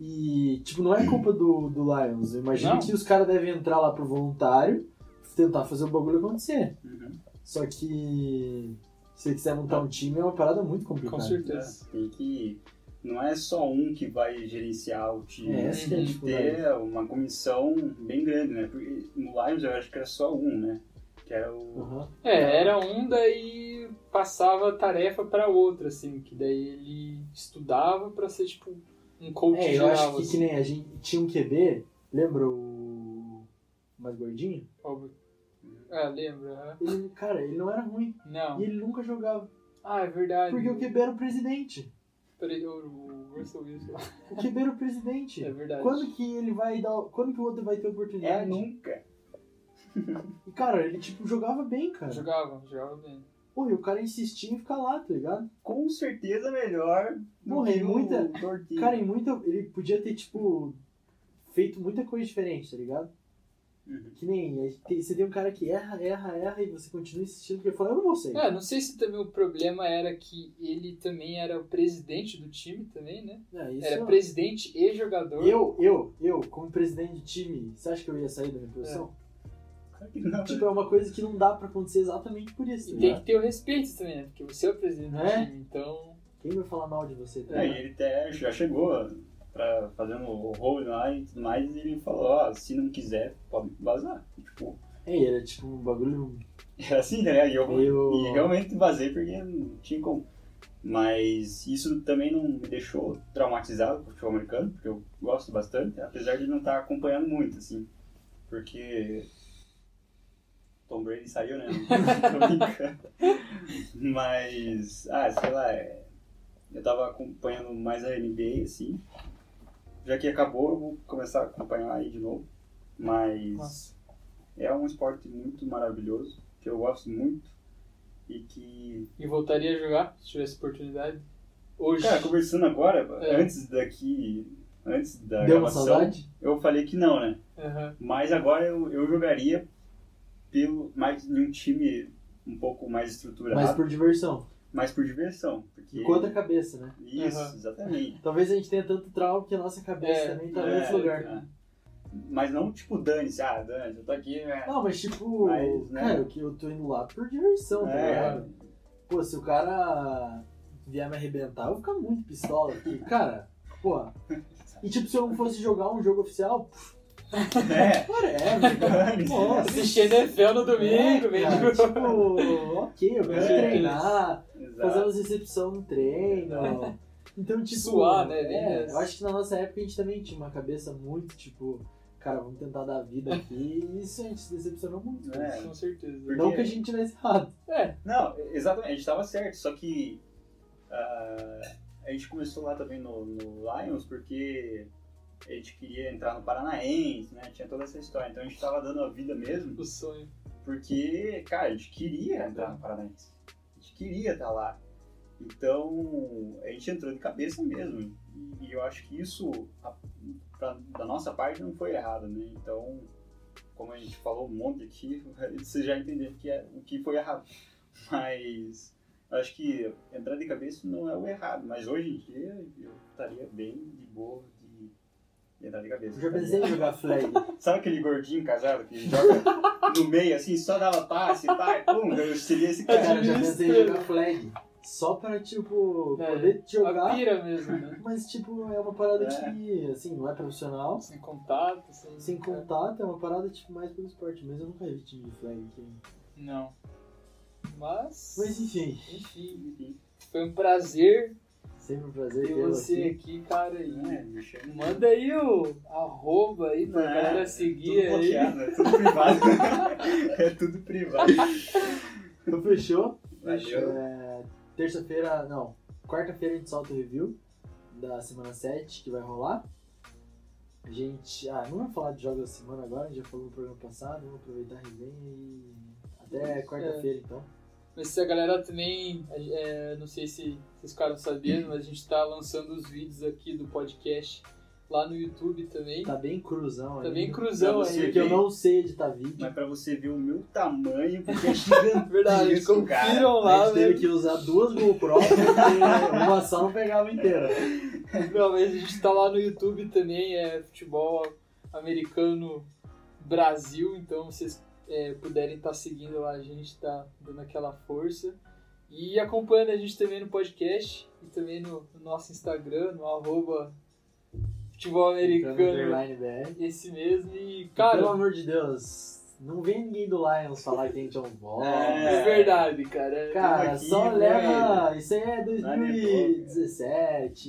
[SPEAKER 1] E, tipo, não é culpa do, do Lions. Eu imagino
[SPEAKER 2] Não.
[SPEAKER 1] que os caras devem entrar lá pro voluntário, tentar fazer o bagulho acontecer.
[SPEAKER 3] Uhum.
[SPEAKER 1] Só que se você quiser montar um time é uma parada muito
[SPEAKER 2] Com
[SPEAKER 1] complicada.
[SPEAKER 2] certeza.
[SPEAKER 3] É, Tem que. Não é só um que vai gerenciar o time.
[SPEAKER 1] É,
[SPEAKER 3] né?
[SPEAKER 1] essa que é a
[SPEAKER 2] Uhum.
[SPEAKER 1] dificuldade.
[SPEAKER 3] ter uma comissão bem grande, né? Porque no Lions eu acho que era só um, né? Que era o.
[SPEAKER 1] Aham.
[SPEAKER 2] É, era um daí passava a tarefa pra outra, assim, que daí ele estudava pra ser tipo um coach
[SPEAKER 1] É, eu
[SPEAKER 2] geral,
[SPEAKER 1] acho que, que
[SPEAKER 2] assim.
[SPEAKER 1] nem a gente tinha um QB, lembra o mais gordinho?
[SPEAKER 2] Óbvio. Ah, lembra?
[SPEAKER 1] Ele, cara, ele não era ruim
[SPEAKER 2] Não.
[SPEAKER 1] e ele nunca jogava.
[SPEAKER 2] Ah, é verdade.
[SPEAKER 1] Porque o QB era o presidente.
[SPEAKER 2] Peraí, o- o Russell Wilson.
[SPEAKER 1] O QB era o presidente.
[SPEAKER 2] É verdade.
[SPEAKER 1] Quando que ele vai dar. Quando que o outro vai ter
[SPEAKER 3] É
[SPEAKER 1] oportunidade?
[SPEAKER 3] nunca.
[SPEAKER 1] E, cara, ele tipo jogava bem, cara.
[SPEAKER 2] Jogava, jogava bem.
[SPEAKER 1] Pô, e o cara insistia em ficar lá, tá ligado?
[SPEAKER 3] Com certeza melhor do
[SPEAKER 1] Morreu
[SPEAKER 3] que o
[SPEAKER 1] muita-
[SPEAKER 3] Tortinho.
[SPEAKER 1] Cara, em muita. Ele podia ter, tipo, feito muita coisa diferente, tá ligado?
[SPEAKER 3] Uhum.
[SPEAKER 1] Que nem aí tem- você tem um cara que erra, erra, erra e você continua insistindo porque ele fala, eu não vou sair.
[SPEAKER 2] É, não sei se também o problema era que ele também era o presidente do time também, né?
[SPEAKER 1] É, isso
[SPEAKER 2] Era
[SPEAKER 1] não.
[SPEAKER 2] presidente e jogador.
[SPEAKER 1] Eu, eu, eu, como presidente de time, você acha que eu ia sair da minha posição?
[SPEAKER 3] Claro que não.
[SPEAKER 1] Tipo, é uma coisa que não dá pra acontecer exatamente por isso.
[SPEAKER 2] E
[SPEAKER 1] tá
[SPEAKER 2] tem
[SPEAKER 1] ligado?
[SPEAKER 2] que ter o respeito também, né? Porque você é o presidente do
[SPEAKER 1] É.
[SPEAKER 2] time, então.
[SPEAKER 1] Quem vai falar mal de você? Tá
[SPEAKER 3] É, e
[SPEAKER 1] ligado?
[SPEAKER 3] ele até já chegou pra fazendo o role lá e tudo mais, e ele falou, ó, se não quiser, pode vazar. E, Tipo,
[SPEAKER 1] É, e era tipo um bagulho.
[SPEAKER 3] era assim, né? E eu,
[SPEAKER 1] Eu-
[SPEAKER 3] e realmente vazei porque não tinha como. Mas isso também não me deixou traumatizado com o futebol americano, porque eu gosto bastante, apesar de não estar acompanhando muito, assim. Porque Tom Brady saiu, né? Tô brincando. Mas, ah, sei lá, é- eu tava acompanhando mais a NBA, assim. Já que acabou, eu vou começar a acompanhar aí de novo. Mas
[SPEAKER 2] Nossa.
[SPEAKER 3] é um esporte muito maravilhoso, que eu gosto muito. E que.
[SPEAKER 2] E voltaria a jogar se tivesse oportunidade. Hoje.
[SPEAKER 3] Cara, conversando agora,
[SPEAKER 2] É.
[SPEAKER 3] antes daqui. Antes da
[SPEAKER 1] Deu uma
[SPEAKER 3] gravação,
[SPEAKER 1] saudade?
[SPEAKER 3] eu falei que não, né?
[SPEAKER 2] Aham.
[SPEAKER 3] Mas agora eu, eu jogaria pelo, mais em um time um pouco mais estruturado,
[SPEAKER 1] Mas
[SPEAKER 3] mas por,
[SPEAKER 1] por diversão.
[SPEAKER 3] diversão. Porque...
[SPEAKER 1] Enquanto a cabeça, né?
[SPEAKER 3] Isso,
[SPEAKER 2] Aham.
[SPEAKER 3] exatamente.
[SPEAKER 1] Talvez a gente tenha tanto trauma que a nossa cabeça
[SPEAKER 2] É,
[SPEAKER 1] também tá
[SPEAKER 3] É,
[SPEAKER 1] nesse lugar.
[SPEAKER 3] é. Mas não tipo dane-se, ah, dane-se, eu tô aqui. É,
[SPEAKER 1] Não, mas tipo,
[SPEAKER 3] Mas, né?
[SPEAKER 1] cara, o que eu tô indo lá por diversão, tá ligado?
[SPEAKER 3] é,
[SPEAKER 1] Pô, se o cara vier me arrebentar, eu vou ficar muito pistola. Porque, cara, porra. E tipo, se eu não fosse jogar um jogo oficial, pff,
[SPEAKER 3] é,
[SPEAKER 1] cara, é, velho.
[SPEAKER 3] dane-se.
[SPEAKER 1] Nossa.
[SPEAKER 2] Assistir NFL no domingo,
[SPEAKER 1] É,
[SPEAKER 2] meio
[SPEAKER 1] cara, Tipo, ok, eu quero
[SPEAKER 3] É.
[SPEAKER 1] treinar, fazer
[SPEAKER 3] Exato. É.
[SPEAKER 1] umas recepções no treino. Então, tipo.
[SPEAKER 2] Suar, né?
[SPEAKER 1] É,
[SPEAKER 2] Beleza.
[SPEAKER 1] eu acho que na nossa época a gente também tinha uma cabeça muito, tipo, cara, vamos tentar dar vida aqui. E isso a gente se decepcionou muito.
[SPEAKER 3] É.
[SPEAKER 2] Com certeza.
[SPEAKER 3] Porque-
[SPEAKER 1] Não que a gente tivesse errado.
[SPEAKER 2] É,
[SPEAKER 3] Não, exatamente, a gente tava certo, só que ah, a gente começou lá também no, no Lions porque a gente queria entrar no Paranaense, né? Tinha toda essa história. Então a gente tava dando a vida mesmo,
[SPEAKER 2] o sonho.
[SPEAKER 3] porque, cara, a gente queria entrar no Paranaense. A gente queria estar lá. Então a gente entrou de cabeça mesmo. E, e eu acho que isso, a- pra- da nossa parte, não foi errado, né? Então, como a gente falou um monte aqui, vocês já entenderam que é, o que foi errado. Mas eu acho que entrar de cabeça não é o errado, mas hoje em dia eu estaria bem de boa de Ia dar de cabeça.
[SPEAKER 1] Eu já pensei em jogar flag.
[SPEAKER 3] Sabe aquele gordinho casado que joga no meio assim, só dava passe, pá, e pum, eu seria esse
[SPEAKER 1] Cara,
[SPEAKER 3] cara.
[SPEAKER 1] eu já pensei em jogar flag. Só pra, tipo,
[SPEAKER 2] É,
[SPEAKER 1] poder
[SPEAKER 2] Uma
[SPEAKER 1] jogar.
[SPEAKER 2] pira mesmo, né?
[SPEAKER 1] Mas, tipo, é uma parada
[SPEAKER 3] É.
[SPEAKER 1] que, assim, não é profissional.
[SPEAKER 2] Sem contato, sem...
[SPEAKER 1] Sem contato, é uma parada, tipo, mais pelo esporte. Mas eu nunca vi time de flag aqui.
[SPEAKER 2] Não. Mas...
[SPEAKER 1] Mas, enfim.
[SPEAKER 2] Enfim, foi um prazer
[SPEAKER 1] Sempre um prazer
[SPEAKER 2] ter
[SPEAKER 1] ter
[SPEAKER 2] você
[SPEAKER 1] você.
[SPEAKER 2] aqui, cara. E
[SPEAKER 3] É, bicho, é-
[SPEAKER 2] manda aí o arroba aí pra
[SPEAKER 3] Não,
[SPEAKER 1] é
[SPEAKER 2] galera seguir
[SPEAKER 3] tudo
[SPEAKER 2] aí.
[SPEAKER 3] bloqueado, é tudo privado. é tudo privado.
[SPEAKER 1] Então, fechou?
[SPEAKER 3] Valeu.
[SPEAKER 1] É, Terça-feira, não. Quarta-feira a gente solta o review da semana 7 que vai rolar. A gente. Ah, não vamos falar de jogos da semana agora, a gente já falou no programa passado, vamos aproveitar a resenha e.
[SPEAKER 2] é.
[SPEAKER 1] Até quarta-feira então.
[SPEAKER 2] Mas se a galera também, é, não sei se vocês ficaram sabendo, mas a gente tá lançando os vídeos aqui do podcast lá no YouTube também.
[SPEAKER 1] Tá bem cruzão
[SPEAKER 2] Tá
[SPEAKER 1] ainda,
[SPEAKER 2] bem cruzão
[SPEAKER 3] Pra você
[SPEAKER 2] aí.
[SPEAKER 1] Porque eu não sei editar vídeo.
[SPEAKER 3] Mas pra você ver o meu tamanho, porque é gigantesco,
[SPEAKER 2] Verdade,
[SPEAKER 3] cara.
[SPEAKER 2] confiram
[SPEAKER 1] a
[SPEAKER 2] lá, né?
[SPEAKER 1] gente teve
[SPEAKER 2] velho.
[SPEAKER 1] que usar duas GoPro porque uma só não pegava inteira.
[SPEAKER 2] Não, mas a gente tá lá no YouTube também, é futebol americano Brasil, então vocês é, puderem estar seguindo lá, a gente tá dando aquela força. E acompanhando a gente também no podcast e também no, no nosso Instagram, no arroba futebol americano.
[SPEAKER 1] Então, Underline BR.
[SPEAKER 2] Esse mesmo e,
[SPEAKER 1] Pelo
[SPEAKER 2] cara,
[SPEAKER 1] amor de Deus, não vem ninguém do Lions falar que a gente é um bosta.
[SPEAKER 3] É.
[SPEAKER 2] é verdade, cara.
[SPEAKER 1] Cara,
[SPEAKER 3] Aqui,
[SPEAKER 1] só
[SPEAKER 3] velho.
[SPEAKER 2] né,
[SPEAKER 1] leva. Isso aí é
[SPEAKER 3] Em
[SPEAKER 1] 2017.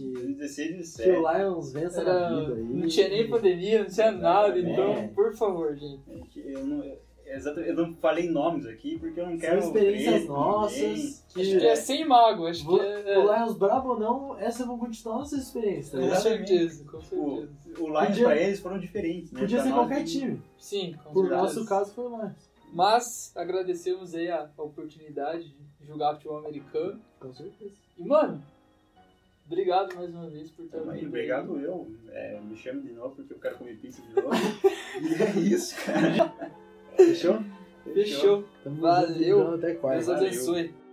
[SPEAKER 3] 16,
[SPEAKER 1] Que
[SPEAKER 3] 17.
[SPEAKER 1] o Lions vença
[SPEAKER 2] Era-
[SPEAKER 1] na vida aí.
[SPEAKER 2] não tinha nem pandemia, não tinha nada,
[SPEAKER 3] É.
[SPEAKER 2] então, por favor, gente.
[SPEAKER 3] Eu não, eu- exato- eu não falei nomes aqui porque eu não quero.
[SPEAKER 1] São experiências
[SPEAKER 3] ofender ninguém.
[SPEAKER 1] nossas.
[SPEAKER 2] Acho que
[SPEAKER 1] Que
[SPEAKER 2] é sem mago, acho
[SPEAKER 1] Vou-
[SPEAKER 2] que é.
[SPEAKER 1] o Lions brabo ou não, essa vão continuar nossa experiência. tá
[SPEAKER 2] Com
[SPEAKER 1] ligado?
[SPEAKER 3] Exatamente.
[SPEAKER 2] certeza, com
[SPEAKER 1] Tipo,
[SPEAKER 3] O,
[SPEAKER 2] certeza.
[SPEAKER 3] o Lions
[SPEAKER 1] Podia-
[SPEAKER 3] pra eles foram diferentes.
[SPEAKER 2] É.
[SPEAKER 3] Né?
[SPEAKER 1] Podia
[SPEAKER 3] Pra
[SPEAKER 1] ser
[SPEAKER 2] Tá
[SPEAKER 3] nós,
[SPEAKER 1] qualquer time.
[SPEAKER 2] Sim, com
[SPEAKER 1] Por
[SPEAKER 2] certeza.
[SPEAKER 1] nosso caso foi o Lions.
[SPEAKER 2] Mas agradecemos aí a a oportunidade de jogar futebol americano.
[SPEAKER 1] Com certeza.
[SPEAKER 2] E, mano, obrigado mais uma vez por ter
[SPEAKER 3] Tamo aí,
[SPEAKER 2] vindo.
[SPEAKER 3] Obrigado eu. É, me chame de novo porque eu quero comer pizza de novo. e é isso, cara.
[SPEAKER 1] Fechou?
[SPEAKER 2] Fechou.
[SPEAKER 1] Tamo junto,
[SPEAKER 2] Valeu.
[SPEAKER 1] então, até quarta.
[SPEAKER 2] Deus
[SPEAKER 3] Valeu.
[SPEAKER 2] abençoe.